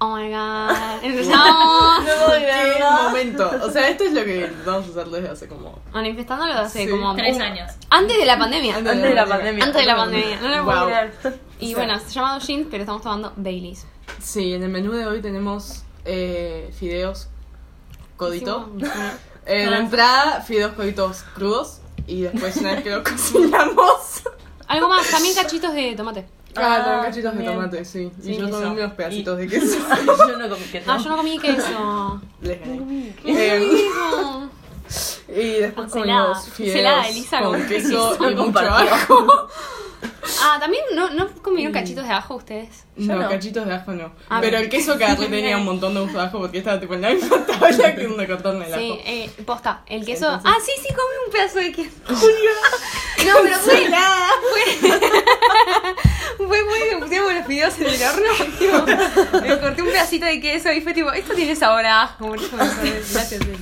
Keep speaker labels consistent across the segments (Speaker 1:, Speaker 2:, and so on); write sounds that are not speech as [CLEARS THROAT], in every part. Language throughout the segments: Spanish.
Speaker 1: Oh my god. Empezamos
Speaker 2: No puedo creerlo.
Speaker 3: ¡Qué momento! O sea, esto es lo que vamos a hacer desde hace como...
Speaker 1: manifestándolo hace
Speaker 3: Sí.
Speaker 1: como.
Speaker 4: Tres
Speaker 1: un-
Speaker 4: años.
Speaker 1: Antes de la pandemia.
Speaker 2: Antes de la pandemia.
Speaker 1: Antes de la pandemia. No lo puedo
Speaker 3: Wow.
Speaker 1: creer. Y bueno, se llama Gin, pero estamos tomando Baileys.
Speaker 3: Sí, en el menú de hoy tenemos eh, fideos codito.
Speaker 1: Hicimos-
Speaker 3: Eh, la entrada, fideos coditos crudos. Y después una vez que los [LAUGHS] cocinamos...
Speaker 1: Algo más, también cachitos de tomate.
Speaker 3: Ah,
Speaker 2: Ah,
Speaker 3: tengo cachitos de
Speaker 2: también.
Speaker 3: tomate, sí.
Speaker 2: Sí,
Speaker 3: y yo tomé
Speaker 2: eso.
Speaker 3: unos pedacitos
Speaker 2: Y-
Speaker 3: de queso.
Speaker 2: [LAUGHS] [LAUGHS] Yo no comí queso.
Speaker 1: Ah, yo no comí queso.
Speaker 3: Les gané. Eh,
Speaker 1: Queso.
Speaker 3: y después
Speaker 1: Cancelada.
Speaker 3: comimos
Speaker 1: Cancelada,
Speaker 3: fideos
Speaker 1: Elisa,
Speaker 3: con
Speaker 1: con
Speaker 3: queso
Speaker 2: queso.
Speaker 3: y mucho
Speaker 2: Compartió.
Speaker 3: ajo.
Speaker 1: Ah, también no, no comieron cachitos de ajo ustedes.
Speaker 2: Yo
Speaker 3: No,
Speaker 2: no.
Speaker 3: cachitos de ajo no.
Speaker 1: Ah,
Speaker 3: Pero
Speaker 1: bien.
Speaker 3: el queso que agarré tenía un montón de gusto de ajo porque estaba tipo en la misma [LAUGHS] tabla que donde cortaron el ajo.
Speaker 1: Sí, eh, posta, el queso.
Speaker 3: Entonces-
Speaker 1: Ah, sí, sí, comí un pedazo de queso. [LAUGHS] No, pero fue. Fue, [LAUGHS] fue muy que pusimos los fideos en el horno. Tipo, le corté un pedacito de queso y fue tipo, esto tiene sabor a ajo. por eso me sabe-
Speaker 3: [LAUGHS]
Speaker 1: Gracias, Eli.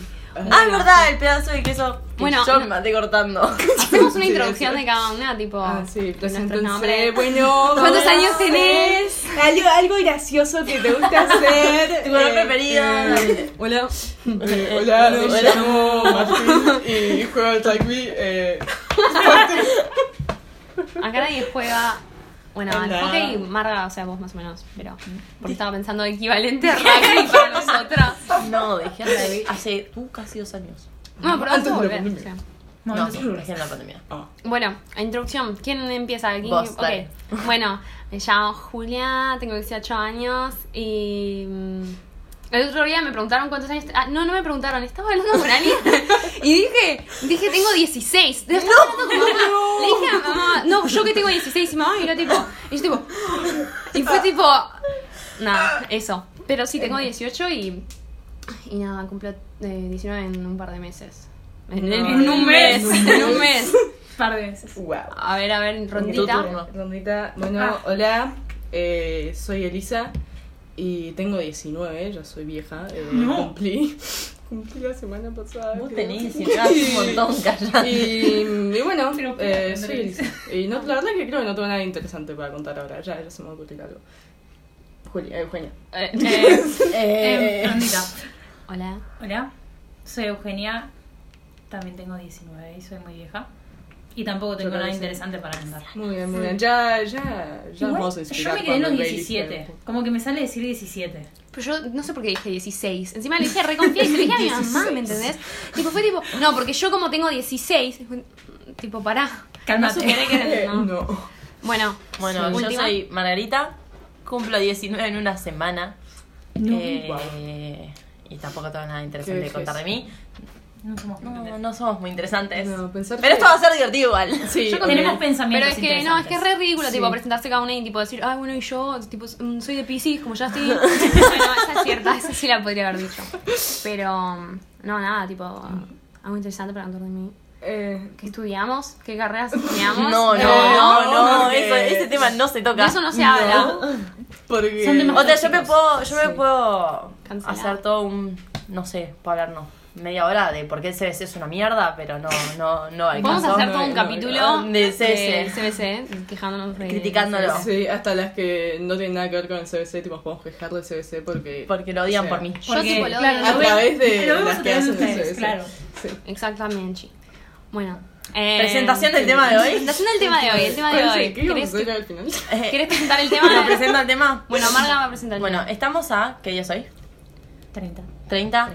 Speaker 2: Ah, es verdad, el pedazo de queso. que
Speaker 1: Bueno,
Speaker 2: yo
Speaker 1: no-
Speaker 2: me maté cortando.
Speaker 1: Hacemos una
Speaker 3: Sí,
Speaker 1: introducción
Speaker 3: sí.
Speaker 1: de cada una, tipo.
Speaker 3: Ah, sí,
Speaker 1: nuestros
Speaker 3: preséntense.
Speaker 1: nombres.
Speaker 3: Bueno,
Speaker 1: [LAUGHS] ¿Cuántos
Speaker 3: no,
Speaker 1: años
Speaker 3: sí. [LAUGHS]
Speaker 1: tenés?
Speaker 3: Algo, algo gracioso que te gusta hacer.
Speaker 2: Tu color preferido.
Speaker 3: eh,
Speaker 2: Hola.
Speaker 3: eh, hola, me
Speaker 2: Hola.
Speaker 3: llamo Martín y juego al rugby. Eh, [LAUGHS]
Speaker 1: Acá nadie juega. Bueno, al
Speaker 3: Hola.
Speaker 1: hockey, Marga, o sea, vos más o menos, pero. Porque estaba pensando equivalente a rugby para
Speaker 3: [LAUGHS]
Speaker 1: nosotras.
Speaker 2: [LAUGHS] No, dejé la de hace uh, casi dos años.
Speaker 1: No, pero
Speaker 3: Antes
Speaker 1: antes de
Speaker 3: de la
Speaker 1: volver. o
Speaker 3: pandemia.
Speaker 1: sea.
Speaker 2: No, no dejé en la pandemia.
Speaker 3: ah,
Speaker 1: Bueno, a introducción. ¿Quién empieza? ¿Quién-
Speaker 2: Vos,
Speaker 1: ok.
Speaker 2: dale.
Speaker 1: [LAUGHS] Bueno, me llamo Julia, tengo 18 años y... mm, El otro día me preguntaron cuántos años... te- Ah, no, no me preguntaron, estaba hablando con [LAUGHS] alguien y dije, dije, tengo 16. No, Le dije a mamá, no, yo que tengo 16 y mamá me miró tipo... Y yo tipo... [LAUGHS] Y fue tipo... Nada, eso. Pero sí, tengo 18 y... Y nada, cumplo eh, 19 en un par de meses. En, en un mes, en un mes.
Speaker 4: Par de veces.
Speaker 3: wow.
Speaker 1: A ver, a ver,
Speaker 2: Tu
Speaker 1: rondita.
Speaker 2: turno.
Speaker 3: Rondita, bueno,
Speaker 4: Ah.
Speaker 3: hola, eh, soy Elisa y tengo 19, ya soy vieja, eh,
Speaker 4: No.
Speaker 3: cumplí, [LAUGHS] cumplí la semana pasada.
Speaker 2: Vos
Speaker 3: creo.
Speaker 2: tenés 19 hace un [LAUGHS] montón callada.
Speaker 3: Y, y [LAUGHS] bueno,
Speaker 4: Pero, pero,
Speaker 3: eh,
Speaker 4: Andrés.
Speaker 3: soy Elisa. Y no, la verdad que creo que no tengo nada interesante para contar ahora, ya, ya se me va a ocurrir algo. Julia, eh, Eugenia.
Speaker 1: Eh, eh,
Speaker 2: [LAUGHS]
Speaker 4: Eh,
Speaker 2: Eh,
Speaker 4: Rondita.
Speaker 1: hola.
Speaker 4: Hola, soy Eugenia. También tengo 19 y soy muy vieja. Y tampoco tengo
Speaker 3: Yo
Speaker 4: nada
Speaker 3: también soy.
Speaker 4: interesante para contar.
Speaker 3: Muy bien, muy bien, ya, ya, ya
Speaker 4: Igual,
Speaker 3: vamos a
Speaker 4: yo
Speaker 3: explicar
Speaker 4: me quedé en los
Speaker 3: cuando el Bailey
Speaker 4: 17.
Speaker 3: fue.
Speaker 4: Como que me sale decir 17.
Speaker 1: Pero yo no sé por qué dije 16. Encima le dije reconfía y se le dije a mi mamá, ¿me entendés? Tipo, fue tipo, no, porque yo como tengo 16, fue, tipo, pará.
Speaker 3: [LAUGHS]
Speaker 4: Cálmate.
Speaker 1: No superé que
Speaker 3: Eh,
Speaker 1: era- no.
Speaker 3: no.
Speaker 1: Bueno,
Speaker 2: Bueno, yo
Speaker 1: última.
Speaker 2: soy Margarita, cumplo 19 en una semana. Eh, Y tampoco tengo nada interesante
Speaker 3: Qué
Speaker 2: que contar de mí.
Speaker 4: No somos
Speaker 2: No,
Speaker 4: no,
Speaker 2: no somos muy interesantes.
Speaker 3: No, pensar
Speaker 2: Pero
Speaker 3: que-
Speaker 2: esto va a ser divertido igual.
Speaker 3: Sí, ok.
Speaker 4: Tenemos
Speaker 1: Pero
Speaker 4: pensamientos
Speaker 1: es que no, es que es re ridículo,
Speaker 3: Sí.
Speaker 1: tipo, presentarse cada una y tipo decir, ay, bueno, y yo, tipo, mm, soy de Pisces, como ya
Speaker 2: [LAUGHS]
Speaker 1: estoy. bueno, esa es cierta, esa sí la podría haber dicho. Pero, no, nada, tipo, algo interesante para contar de mí.
Speaker 3: Eh,
Speaker 1: ¿Qué estudiamos? ¿Qué carreras estudiamos?
Speaker 2: No, no,
Speaker 1: Eh,
Speaker 2: no, no,
Speaker 3: no, porque-
Speaker 2: eso- ese tema no se toca.
Speaker 1: De eso no se habla.
Speaker 3: porque...
Speaker 4: Son demasiado-
Speaker 2: O sea, yo me puedo, yo me
Speaker 3: Sí.
Speaker 2: puedo
Speaker 1: Cancelar.
Speaker 2: hacer todo un, no sé, para hablarnos media hora de por qué el CBC es una mierda, pero no, no, eh, no
Speaker 1: Vamos a
Speaker 2: alcanzó.
Speaker 1: hacer todo un
Speaker 3: no,
Speaker 1: capítulo
Speaker 2: no,
Speaker 1: de
Speaker 2: de
Speaker 1: CBC, quejándonos de...
Speaker 2: Criticándolo.
Speaker 3: Sí, hasta las que no tienen nada que ver con el CBC, tipo, podemos quejar del CBC porque...
Speaker 2: Porque lo odian
Speaker 3: o sea,
Speaker 2: por mí.
Speaker 1: Yo tipo lo
Speaker 4: claro,
Speaker 1: veo.
Speaker 3: A
Speaker 4: lo veo-
Speaker 3: través de
Speaker 4: lo vemos
Speaker 3: las
Speaker 4: a
Speaker 3: que
Speaker 4: través de
Speaker 3: hacen el
Speaker 4: ustedes,
Speaker 3: CBC.
Speaker 4: claro.
Speaker 3: Sí.
Speaker 1: Exactamente. Bueno. eh,
Speaker 2: Presentación del tema de hoy.
Speaker 1: Presentación del tema de hoy, el tema de
Speaker 3: Parece
Speaker 1: hoy.
Speaker 3: que íbamos a
Speaker 1: ¿Querés,
Speaker 3: hacer al
Speaker 1: [LAUGHS]
Speaker 3: final?
Speaker 1: querés
Speaker 2: [LAUGHS]
Speaker 1: presentar el
Speaker 2: ¿Lo
Speaker 1: tema?
Speaker 2: presento el tema?
Speaker 1: Bueno, Marga va a presentar el
Speaker 2: Bueno,
Speaker 1: tema.
Speaker 2: estamos a, ¿qué día soy?
Speaker 4: 30.
Speaker 2: 30.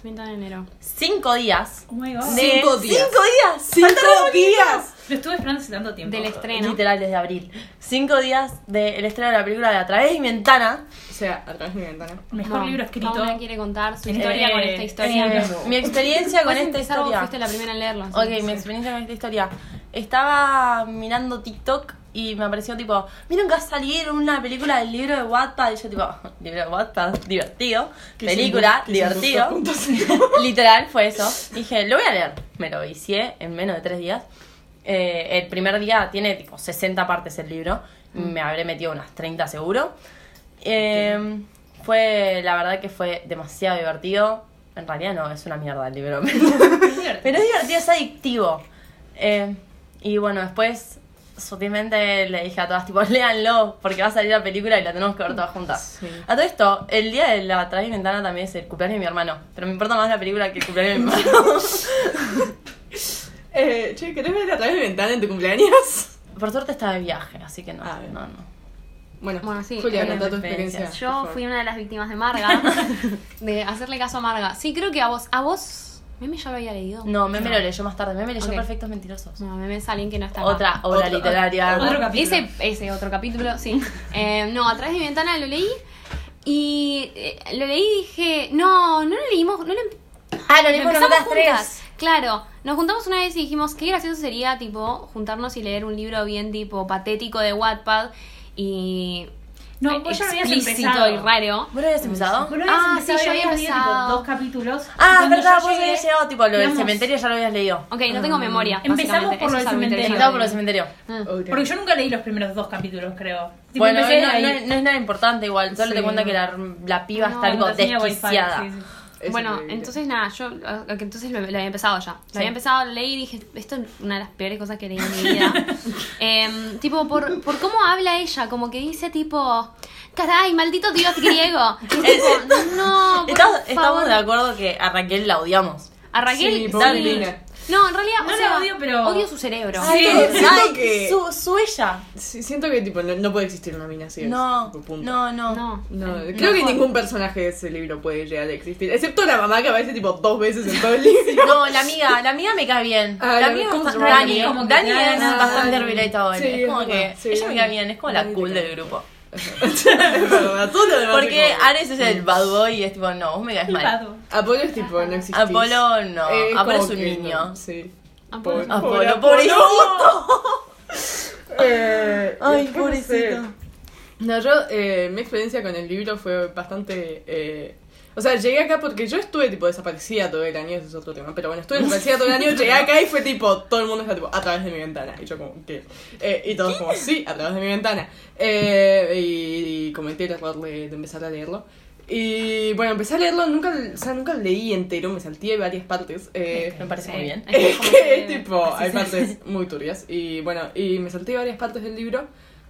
Speaker 1: 30 de enero.
Speaker 2: 5 días.
Speaker 4: Ah, Oh my god.
Speaker 2: de-
Speaker 3: Cinco días.
Speaker 2: Cinco días.
Speaker 3: ¡Cinco días!
Speaker 4: Lo estuve esperando hace tanto tiempo.
Speaker 1: Del estreno.
Speaker 2: Literal, desde abril. Cinco días del estreno de la película de A través de mi ventana.
Speaker 3: O sea, a través de mi ventana.
Speaker 4: Mejor
Speaker 1: Bueno,
Speaker 4: libro escrito.
Speaker 1: Paula quiere contar su
Speaker 4: Eh,
Speaker 1: historia con esta
Speaker 2: Eh,
Speaker 1: historia.
Speaker 2: mi experiencia con
Speaker 1: Puedes
Speaker 2: esta
Speaker 1: empezar vos,
Speaker 2: historia.
Speaker 1: fuiste la primera en leerlo. así
Speaker 2: Ok,
Speaker 1: que-
Speaker 2: mi experiencia con esta historia. Estaba mirando TikTok y me apareció tipo, miren que va a salir una película del libro de Wattpad. Y yo tipo, [LAUGHS] libro de Wattpad, divertido. Película,
Speaker 3: Que son dos- que
Speaker 2: divertido.
Speaker 3: son dos
Speaker 2: [LAUGHS] Literal, fue eso. Dije, lo voy a leer. Me lo vicié en menos de tres días. Eh, el primer día tiene tipo 60 partes el libro. Me habré metido unas 30 seguro. Eh, fue, la verdad que fue demasiado divertido. En realidad no, es una mierda el libro. [LAUGHS]
Speaker 4: Es divertido.
Speaker 2: Pero es divertido, es adictivo. Eh, y bueno, después sutilmente le dije a todas, tipo, [LAUGHS] léanlo, porque va a salir la película y la tenemos que ver todas juntas.
Speaker 3: Sí.
Speaker 2: A todo esto, el día de la trae ventana también es el cumpleaños de mi hermano, pero me importa más la película que el cumpleaños de mi hermano.
Speaker 3: Eh, che, ¿querés ver a través de ventana en tu cumpleaños?
Speaker 2: Por suerte estaba de viaje, así que no,
Speaker 3: Ah, bien.
Speaker 2: no, no.
Speaker 3: Bueno,
Speaker 1: [LAUGHS] Bueno, sí,
Speaker 3: Julia,
Speaker 1: eh,
Speaker 3: contá tu
Speaker 2: experiencias.
Speaker 3: experiencia. por
Speaker 1: Yo
Speaker 3: favor.
Speaker 1: fui una de las víctimas de
Speaker 2: [LAUGHS]
Speaker 1: Marga, de hacerle caso a Marga. Sí, creo que a vos, a vos, Meme ya lo había leído.
Speaker 2: No, Meme lo leyó más tarde, Meme leyó
Speaker 1: Ok. Mm.
Speaker 2: Perfectos Mentirosos.
Speaker 1: No, Meme es alguien que no está acá.
Speaker 2: Otra obra
Speaker 3: Otro-
Speaker 2: literaria.
Speaker 4: Otro capítulo.
Speaker 1: Ese, ese otro capítulo, sí. Eh, no, atrás de mi ventana lo leí y eh, lo leí y dije, no, no lo leímos, no lo em-
Speaker 2: Ah, lo
Speaker 1: lo
Speaker 2: leímos
Speaker 1: empezamos
Speaker 2: nosotras
Speaker 1: juntas.
Speaker 2: tres.
Speaker 1: Claro, nos juntamos una vez y dijimos, qué gracioso sería, tipo, juntarnos y leer un libro bien, tipo, patético de Wattpad y...
Speaker 4: No, vos ya lo habías
Speaker 1: explícito
Speaker 4: empezado.
Speaker 1: y raro.
Speaker 2: ¿Vos lo habías empezado?
Speaker 4: Vos lo habías
Speaker 1: Ah,
Speaker 4: empezado
Speaker 1: sí, yo
Speaker 4: y
Speaker 1: había
Speaker 4: habías leído,
Speaker 1: empezado.
Speaker 4: tipo, dos capítulos.
Speaker 2: Ah,
Speaker 4: Cuando
Speaker 2: verdad,
Speaker 4: yo
Speaker 2: vos
Speaker 4: llegué-
Speaker 2: habías llegado, tipo, lo del
Speaker 4: digamos,
Speaker 2: cementerio ya lo habías leído.
Speaker 1: Ok, no tengo memoria.
Speaker 4: Empezamos por lo del cementerio.
Speaker 2: Empezado por el cementerio.
Speaker 1: Ah.
Speaker 3: Ok.
Speaker 4: Porque yo nunca leí los primeros dos capítulos, creo. Tipo,
Speaker 2: bueno, no,
Speaker 4: empecé
Speaker 2: no-
Speaker 4: ahí.
Speaker 2: no es nada importante igual, solo te
Speaker 4: Sí.
Speaker 2: cuenta que la, la piba
Speaker 1: No,
Speaker 2: está algo
Speaker 4: Cuando tenía wifi,
Speaker 2: desquiciada.
Speaker 4: sí, sí.
Speaker 3: Ese
Speaker 1: Bueno,
Speaker 3: libro.
Speaker 1: entonces nada, yo ah, que entonces lo, lo había empezado ya. Lo
Speaker 2: Sí.
Speaker 1: había empezado, lo leí y dije, esto es una de las peores cosas que leí en mi
Speaker 3: [LAUGHS]
Speaker 1: vida. Em, tipo, por, por cómo habla ella, como que dice tipo, caray, maldito dios
Speaker 3: [LAUGHS]
Speaker 1: griego. Y es tipo, no, por
Speaker 2: Estamos, estamos
Speaker 1: favor.
Speaker 2: de acuerdo que a Raquel la odiamos.
Speaker 1: A Raquel,
Speaker 3: Sí,
Speaker 1: sí.
Speaker 3: pobre Lina.
Speaker 1: No, en realidad,
Speaker 4: No
Speaker 1: o
Speaker 4: la
Speaker 1: sea,
Speaker 4: odio, pero-
Speaker 1: odio su cerebro.
Speaker 4: Ay,
Speaker 3: siento que-
Speaker 2: Su, su ella.
Speaker 3: Sí, siento que tipo, no, no puede existir una mina así. es,
Speaker 2: No,
Speaker 3: tipo, punto.
Speaker 2: no, no.
Speaker 1: No.
Speaker 3: No, creo
Speaker 2: no.
Speaker 3: que ningún personaje de ese libro puede llegar a existir. Excepto la mamá que aparece tipo dos veces en todo el
Speaker 2: [LAUGHS]
Speaker 3: libro. [LAUGHS]
Speaker 2: No, la amiga, la amiga me cae bien.
Speaker 3: Ah,
Speaker 2: la
Speaker 3: la-
Speaker 2: amiga es
Speaker 3: ¿cómo se
Speaker 2: bastante-
Speaker 3: llama?
Speaker 2: Dani,
Speaker 4: Como que
Speaker 2: Dani
Speaker 4: Dani,
Speaker 2: es
Speaker 4: Dani.
Speaker 2: bastante relatable.
Speaker 3: Sí,
Speaker 2: es como
Speaker 3: es
Speaker 2: que
Speaker 3: verdad. Sí,
Speaker 2: ella me cae
Speaker 3: Dani.
Speaker 2: bien, es como la
Speaker 3: Dani te
Speaker 2: cool
Speaker 3: cae.
Speaker 2: del grupo.
Speaker 3: es verdad, todo lo demás es
Speaker 2: Porque
Speaker 3: como- Mm.
Speaker 2: Ares es el bad boy y es tipo, no, vos me caes mal.
Speaker 4: Privado.
Speaker 3: Apolo es tipo, no existe.
Speaker 2: Apolo no,
Speaker 3: Eh,
Speaker 2: Apolo es un niño.
Speaker 3: sí.
Speaker 1: Apolo.
Speaker 3: Pobre- pobre
Speaker 2: Apolo, Ah, pobrecito.
Speaker 3: [LAUGHS] Eh,
Speaker 2: Ay,
Speaker 3: después no sé.
Speaker 2: pobrecito.
Speaker 3: No, yo, eh, mi experiencia con el libro fue bastante... eh, o sea, llegué acá porque yo estuve tipo desaparecida todo el año, ese es otro tema, pero bueno, estuve desaparecida todo el
Speaker 2: [LAUGHS]
Speaker 3: año, llegué acá y fue tipo, todo el mundo está tipo, a través de mi ventana. Y yo como, ¿qué? Eh, y todos como, sí, a través de mi ventana. Eh, y, y comenté el error de, de empezar a leerlo. Y bueno, empecé a leerlo, nunca, o sea, nunca lo leí entero, me salté varias partes. eh,
Speaker 2: Me parece muy
Speaker 3: [LAUGHS]
Speaker 2: bien.
Speaker 1: Es
Speaker 3: es
Speaker 1: como
Speaker 3: que
Speaker 1: que-
Speaker 3: tipo, hay partes muy turbias. Y bueno, y me salté varias partes del libro.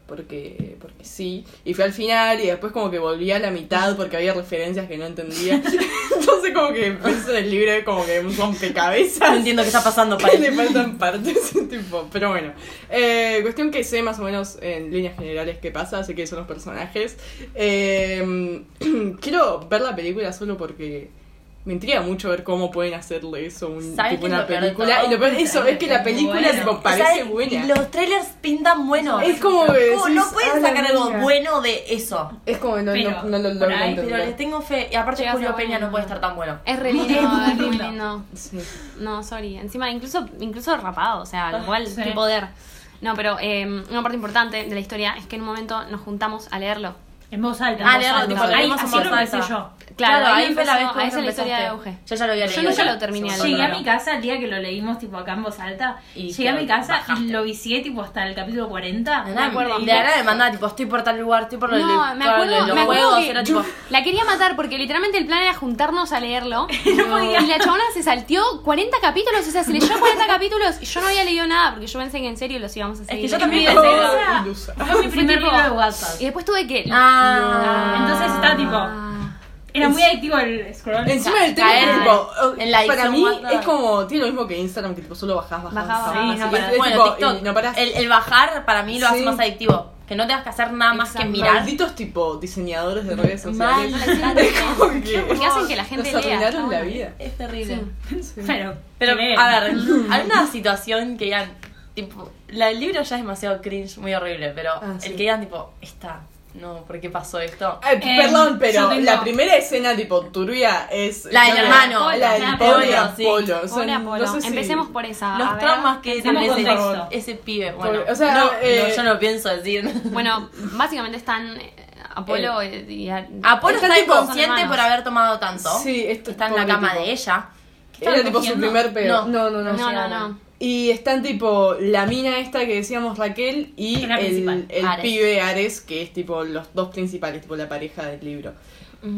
Speaker 3: Porque, porque sí. Y fui al final y después como que volví a la mitad porque había referencias que no
Speaker 1: [LAUGHS]
Speaker 3: entendía. Entonces como que pienso en el libro como que un
Speaker 2: No
Speaker 3: rompecabezas.
Speaker 2: entiendo qué está pasando
Speaker 3: [LAUGHS]
Speaker 2: para
Speaker 3: Que le faltan partes, [LAUGHS] tipo, pero bueno. Eh, cuestión que sé más o menos en líneas generales qué pasa, sé que son los personajes. Eh, [CLEARS THROAT] quiero ver la película solo porque me intriga mucho ver cómo pueden hacerle eso a un,
Speaker 2: ¿Sabes
Speaker 3: tipo,
Speaker 2: qué es
Speaker 3: una
Speaker 2: lo peor de
Speaker 3: película.
Speaker 2: todo?
Speaker 3: Y lo peor de eso es que la
Speaker 4: Es
Speaker 3: película
Speaker 4: bueno.
Speaker 3: tipo, parece
Speaker 2: ¿Sabes?
Speaker 3: buena.
Speaker 2: Los trailers pintan bueno.
Speaker 3: Es como que decís,
Speaker 2: no
Speaker 3: "Ah,
Speaker 2: pueden
Speaker 3: la
Speaker 2: sacar algo
Speaker 3: mierda".
Speaker 2: bueno de eso.
Speaker 3: Es como no,
Speaker 4: Pero,
Speaker 3: no, no lo
Speaker 4: por
Speaker 3: logro
Speaker 4: ahí,
Speaker 2: Pero les
Speaker 3: entender.
Speaker 2: tengo fe. Y aparte
Speaker 1: Llega a
Speaker 2: Julio
Speaker 1: ser
Speaker 2: Peña
Speaker 1: bueno.
Speaker 2: no puede estar tan bueno.
Speaker 1: Es re lindo,
Speaker 4: muy
Speaker 1: es muy
Speaker 4: lindo.
Speaker 1: lindo.
Speaker 3: Sí.
Speaker 1: No, sorry. Encima, incluso, incluso rapado, o sea,
Speaker 2: Ah,
Speaker 1: lo cual,
Speaker 4: sí.
Speaker 1: qué poder. No, pero eh, una parte importante de la historia es que en un momento nos juntamos a leerlo.
Speaker 4: En voz alta.
Speaker 2: Ah,
Speaker 4: en voz
Speaker 2: leerlo,
Speaker 4: alta.
Speaker 2: tipo,
Speaker 4: Ahí,
Speaker 2: leemos en
Speaker 4: así lo
Speaker 2: voz
Speaker 4: empecé
Speaker 2: alta.
Speaker 4: yo.
Speaker 1: Claro, ahí
Speaker 2: fue
Speaker 1: empezó-
Speaker 2: la vez que
Speaker 1: ahí
Speaker 2: vos
Speaker 1: esa es la historia
Speaker 2: empezaste.
Speaker 1: de Euge.
Speaker 2: Yo ya lo había
Speaker 1: Yo
Speaker 2: leído.
Speaker 1: nunca lo terminé al
Speaker 2: Sí,
Speaker 4: Llegué a
Speaker 1: Claro.
Speaker 4: mi casa el día que lo leímos, tipo, acá en voz alta.
Speaker 2: Y
Speaker 4: llegué a
Speaker 2: te
Speaker 4: mi casa
Speaker 2: bajaste.
Speaker 4: y lo vicié, tipo, hasta el capítulo 40.
Speaker 2: Ah, De
Speaker 1: Me acuerdo.
Speaker 2: la nada me mandaba, tipo, estoy por tal lugar, estoy por lo
Speaker 1: No,
Speaker 2: del-
Speaker 1: me
Speaker 2: por
Speaker 1: acuerdo,
Speaker 2: los
Speaker 1: me acuerdo
Speaker 2: juegos,
Speaker 1: que
Speaker 2: era
Speaker 3: [LAUGHS]
Speaker 2: tipo,
Speaker 1: la quería matar porque literalmente el plan era juntarnos a leerlo.
Speaker 2: [LAUGHS]
Speaker 4: podía.
Speaker 1: Y la chabona se salteó 40 capítulos, o sea, se leyó 40 capítulos y yo no había leído nada porque yo pensé que en serio los íbamos a seguir.
Speaker 2: que yo también
Speaker 1: leyendo.
Speaker 2: pensé-
Speaker 3: Ah,
Speaker 4: Esa-
Speaker 3: ilusa.
Speaker 2: [LAUGHS]
Speaker 4: Fue mi primer
Speaker 1: Tipo-
Speaker 4: libro de WhatsApp.
Speaker 1: Y después tuve que... Ah.
Speaker 2: Ah.
Speaker 4: Entonces estaba tipo. Era muy adictivo el scroll.
Speaker 3: Encima del tema
Speaker 2: Caer
Speaker 3: es tipo, oh,
Speaker 2: en la
Speaker 3: para
Speaker 2: adicción
Speaker 3: mí
Speaker 2: guarda.
Speaker 3: es como, tiene lo mismo que Instagram, que tipo solo bajás, bajás,
Speaker 1: Bajás,
Speaker 3: bajás,
Speaker 4: bajás,
Speaker 3: y
Speaker 4: no parás.
Speaker 3: es
Speaker 2: Bueno,
Speaker 3: tipo,
Speaker 2: TikTok,
Speaker 3: y no parás.
Speaker 2: el, el bajar para mí lo hace
Speaker 3: Sí.
Speaker 2: más adictivo. Que no tengas que hacer nada más que
Speaker 1: Exacto.
Speaker 2: mirar.
Speaker 3: Malditos tipo diseñadores de redes sociales. [LAUGHS]
Speaker 1: Mal.
Speaker 3: Es como que-
Speaker 1: Porque hacen que la gente
Speaker 3: Nos
Speaker 1: lea,
Speaker 3: arruinaron
Speaker 1: está
Speaker 3: la
Speaker 1: bueno.
Speaker 3: vida.
Speaker 2: [LAUGHS] Es terrible.
Speaker 4: Pero,
Speaker 2: Pero,
Speaker 4: ¿qué?
Speaker 2: a ver, [LAUGHS] hay una situación que ya, tipo, la del libro ya es demasiado cringe, muy horrible, pero
Speaker 3: Ah, sí.
Speaker 2: el que digan, tipo, esta, no, ¿por qué pasó esto?
Speaker 3: Ay,
Speaker 4: Eh,
Speaker 3: perdón,
Speaker 4: yo
Speaker 3: pero
Speaker 4: tengo-
Speaker 3: la primera escena tipo turbia es
Speaker 2: La del hermano.
Speaker 3: la del
Speaker 4: La de
Speaker 3: pobre
Speaker 2: Apolo,
Speaker 3: Apolo.
Speaker 2: sí.
Speaker 3: O sea,
Speaker 1: Pobre Apolo.
Speaker 3: no sé si-
Speaker 1: Empecemos por esa. a
Speaker 2: Los
Speaker 1: ver.
Speaker 2: traumas que tiene
Speaker 4: pensemos
Speaker 2: ese,
Speaker 4: contexto.
Speaker 2: ese pibe, bueno,
Speaker 3: O sea,
Speaker 2: no,
Speaker 3: eh,
Speaker 2: no, yo no pienso [LAUGHS] decir.
Speaker 1: Bueno, básicamente están eh, Apolo eh, y... a-
Speaker 2: Apolo
Speaker 3: Están
Speaker 2: está
Speaker 3: tipo-
Speaker 1: son
Speaker 2: inconsciente
Speaker 1: hermanos.
Speaker 2: por haber tomado tanto,
Speaker 3: Sí, esto
Speaker 2: está en
Speaker 3: pobre,
Speaker 2: la cama
Speaker 3: tipo,
Speaker 2: de ella. ¿Qué
Speaker 3: Era
Speaker 2: estaban
Speaker 3: tipo su
Speaker 2: cogiendo?
Speaker 3: primer pedo. No, no, no.
Speaker 1: No, no, no.
Speaker 3: Y están tipo la mina esta que decíamos Raquel y
Speaker 4: La
Speaker 3: el,
Speaker 4: principal,
Speaker 3: el
Speaker 2: Ares.
Speaker 3: pibe Ares, que es tipo los dos principales, tipo la pareja del libro.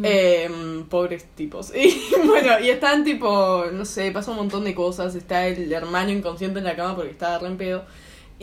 Speaker 3: Eh, pobres tipos. [LAUGHS] Y bueno, y están tipo, no sé, pasa un montón de cosas. Está el hermano inconsciente en la cama porque estaba re en pedo.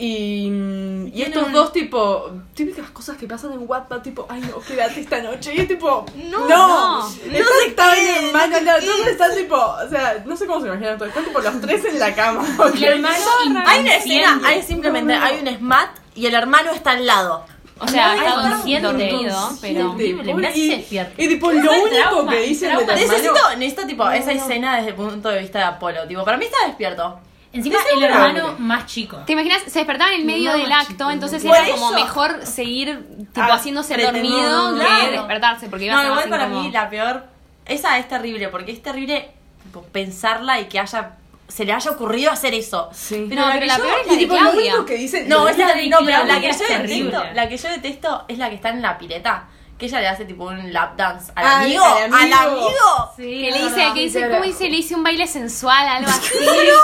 Speaker 3: Y, mm, y
Speaker 1: Tienen
Speaker 3: estos
Speaker 1: un-
Speaker 3: dos, tipo, típicas cosas que pasan en WhatsApp, tipo, ay no, quédate esta noche. Y es tipo,
Speaker 1: No,
Speaker 3: no,
Speaker 1: no, no
Speaker 3: están estables, hermano, no, entonces están tipo, o sea, no sé cómo se imaginan todo, están tipo los tres en la cama. ¿ok? [LAUGHS]
Speaker 4: El hermano
Speaker 2: [LAUGHS] Hay una escena,
Speaker 4: inconsciente.
Speaker 2: hay simplemente, hay un SMAT y el hermano está al lado.
Speaker 1: O sea,
Speaker 4: No,
Speaker 1: está
Speaker 4: está
Speaker 1: consciente, dormido, pero.
Speaker 4: consciente. horrible, mirá si se despierta.
Speaker 3: Y, y tipo, lo
Speaker 4: Trauma,
Speaker 3: único que dicen
Speaker 4: trauma.
Speaker 3: del hermano...
Speaker 2: Necesito, necesito tipo esa escena desde el punto de vista de Apolo. Tipo, para mí está despierto.
Speaker 4: Encima
Speaker 3: Ese
Speaker 4: el
Speaker 3: era
Speaker 4: hermano
Speaker 3: hombre.
Speaker 4: más chico.
Speaker 1: ¿Te imaginas? Se despertaban en medio
Speaker 4: No,
Speaker 1: del
Speaker 4: chico,
Speaker 1: acto, entonces
Speaker 2: Por
Speaker 1: era como
Speaker 2: eso.
Speaker 1: mejor seguir tipo
Speaker 2: Ah,
Speaker 1: haciéndose
Speaker 2: prete-
Speaker 1: dormido
Speaker 2: no,
Speaker 1: que
Speaker 2: claro.
Speaker 1: despertarse, porque iba a
Speaker 2: No,
Speaker 1: ser
Speaker 2: igual
Speaker 1: más
Speaker 2: para
Speaker 1: incómodo.
Speaker 2: mí la peor. Esa es terrible, porque es terrible tipo, pensarla y que haya se le haya ocurrido hacer eso.
Speaker 3: Sí.
Speaker 1: No, pero
Speaker 2: que
Speaker 1: la
Speaker 2: yo-
Speaker 1: peor es la
Speaker 3: Y
Speaker 1: de
Speaker 3: tipo, lo
Speaker 1: Claudia.
Speaker 3: único que dicen...
Speaker 2: [LAUGHS] No,
Speaker 3: lo
Speaker 2: esa
Speaker 4: la
Speaker 2: de-
Speaker 4: de
Speaker 2: no, pero la
Speaker 4: Claudia
Speaker 2: que
Speaker 4: es
Speaker 2: yo detesto,
Speaker 4: terrible.
Speaker 2: la que yo detesto es la que está en la pileta, que ella le hace tipo un lap dance al
Speaker 3: Ay,
Speaker 2: amigo,
Speaker 3: al
Speaker 2: al
Speaker 3: amigo.
Speaker 2: amigo.
Speaker 4: Sí,
Speaker 1: Que le hice, que dice, ¿cómo dice? Le hice un baile sensual, algo así.
Speaker 3: no,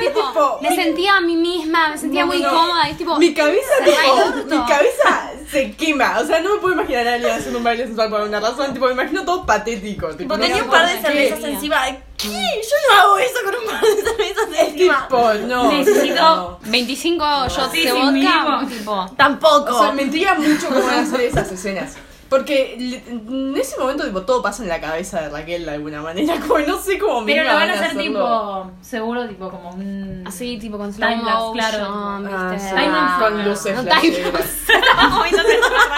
Speaker 1: Tipo,
Speaker 3: tipo,
Speaker 1: me sentía a mí misma, me sentía
Speaker 3: No,
Speaker 1: muy
Speaker 3: no.
Speaker 1: cómoda, es tipo,
Speaker 3: Mi cabeza,
Speaker 1: se
Speaker 3: tipo,
Speaker 1: va el orto.
Speaker 3: mi cabeza se quema. O sea, no me puedo imaginar a alguien haciendo un baile sensual por una razón. Tipo, me imagino todo patético. Tipo,
Speaker 2: Tipo, tenía
Speaker 1: no,
Speaker 2: un par de
Speaker 1: no,
Speaker 2: cervezas
Speaker 1: no.
Speaker 2: encima. ¿Qué? Yo no hago eso con un par de este cervezas encima.
Speaker 3: Tipo, no.
Speaker 4: Necesito-
Speaker 3: no.
Speaker 1: 25 shots
Speaker 4: Sí,
Speaker 1: de
Speaker 4: sí,
Speaker 1: vodka,
Speaker 4: mínimo.
Speaker 1: tipo.
Speaker 2: Tampoco.
Speaker 3: O sea, mentiría mucho cómo van a hacer esas escenas. Porque le- en ese momento, tipo, todo pasa en la cabeza de Raquel de alguna manera. [LAUGHS] Como que no sé cómo
Speaker 4: Pero
Speaker 3: mierda
Speaker 4: lo van a hacer
Speaker 3: hacerlo.
Speaker 4: tipo, seguro, tipo como un... [LAUGHS]
Speaker 1: Así, tipo, [LAUGHS] con slow
Speaker 4: Time lapse,
Speaker 1: motion,
Speaker 4: claro.
Speaker 3: Ah,
Speaker 1: ¿viste?
Speaker 3: sí.
Speaker 4: Ay, no,
Speaker 3: con
Speaker 4: no.
Speaker 3: luces
Speaker 1: No, time
Speaker 3: [LAUGHS] flasheras.